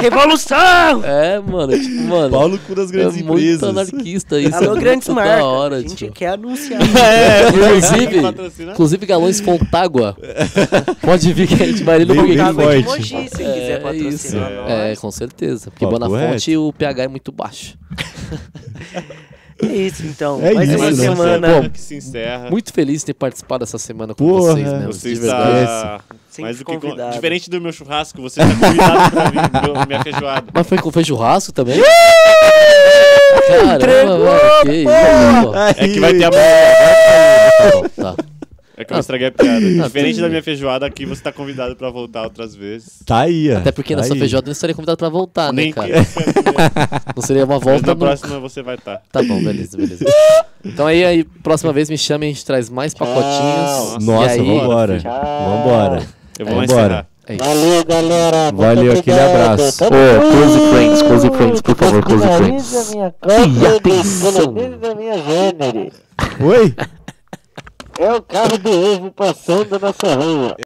Speaker 3: Revolução!
Speaker 1: É, mano, tipo,
Speaker 3: um
Speaker 1: mano.
Speaker 2: Pau no cu das
Speaker 1: é
Speaker 2: grandes
Speaker 1: muito
Speaker 2: empresas.
Speaker 1: anarquista isso. é
Speaker 3: Alô,
Speaker 1: muito
Speaker 3: grandes
Speaker 1: da
Speaker 3: marcas.
Speaker 1: hora,
Speaker 3: a gente
Speaker 1: tipo.
Speaker 3: quer anunciar.
Speaker 1: É,
Speaker 6: Quem
Speaker 1: inclusive,
Speaker 6: patrocina?
Speaker 1: inclusive galões Fontágua. Pode vir que a gente vai ali no
Speaker 2: Bem-
Speaker 1: Bonito.
Speaker 2: bem
Speaker 3: Água de
Speaker 2: forte.
Speaker 3: Mogi, se
Speaker 1: É,
Speaker 3: quiser
Speaker 1: isso.
Speaker 3: patrocinar nós.
Speaker 1: É, com certeza. Porque
Speaker 2: Papo
Speaker 1: Bonafonte o pH é muito baixo.
Speaker 3: É isso, então.
Speaker 2: É
Speaker 3: Mais
Speaker 2: isso,
Speaker 3: uma
Speaker 2: né?
Speaker 3: semana.
Speaker 1: Bom,
Speaker 6: que se encerra.
Speaker 1: Muito feliz de ter participado dessa semana com
Speaker 2: Porra,
Speaker 1: vocês, né?
Speaker 6: Você
Speaker 1: de verdade.
Speaker 6: está
Speaker 3: Sempre
Speaker 6: mais do que con-
Speaker 3: convidado.
Speaker 6: diferente do meu churrasco, você está convidado pra mim, meu, minha feijoada.
Speaker 1: Mas foi com foi churrasco também? Caramba, mano, que isso, pô.
Speaker 6: É que vai ter a é
Speaker 1: Tá.
Speaker 6: que eu estraguei a piada. Diferente da minha feijoada, aqui você tá convidado pra voltar outras vezes.
Speaker 2: Tá aí, ó.
Speaker 1: Até porque
Speaker 2: tá
Speaker 1: nessa
Speaker 2: aí.
Speaker 1: feijoada eu não estaria convidado pra voltar, né,
Speaker 6: Nem que
Speaker 1: cara? Não seria uma
Speaker 6: mas
Speaker 1: volta
Speaker 6: na
Speaker 1: nunca.
Speaker 6: próxima você vai estar.
Speaker 1: Tá bom, beleza, beleza. Então aí, aí próxima vez me chame, a gente traz mais pacotinhos.
Speaker 2: Nossa,
Speaker 1: e aí,
Speaker 2: vambora. Vambora.
Speaker 6: Eu vou lá
Speaker 2: Vambora.
Speaker 6: encerrar.
Speaker 1: É isso.
Speaker 8: Valeu, galera. muito
Speaker 2: Valeu, aquele
Speaker 8: obrigado.
Speaker 2: abraço.
Speaker 8: Tamo
Speaker 1: close friends, close friends, por favor, close
Speaker 8: Finaliza minha Copa, descoloniza a minha gênero.
Speaker 2: Oi?
Speaker 8: É o carro do ovo passando na nossa rua.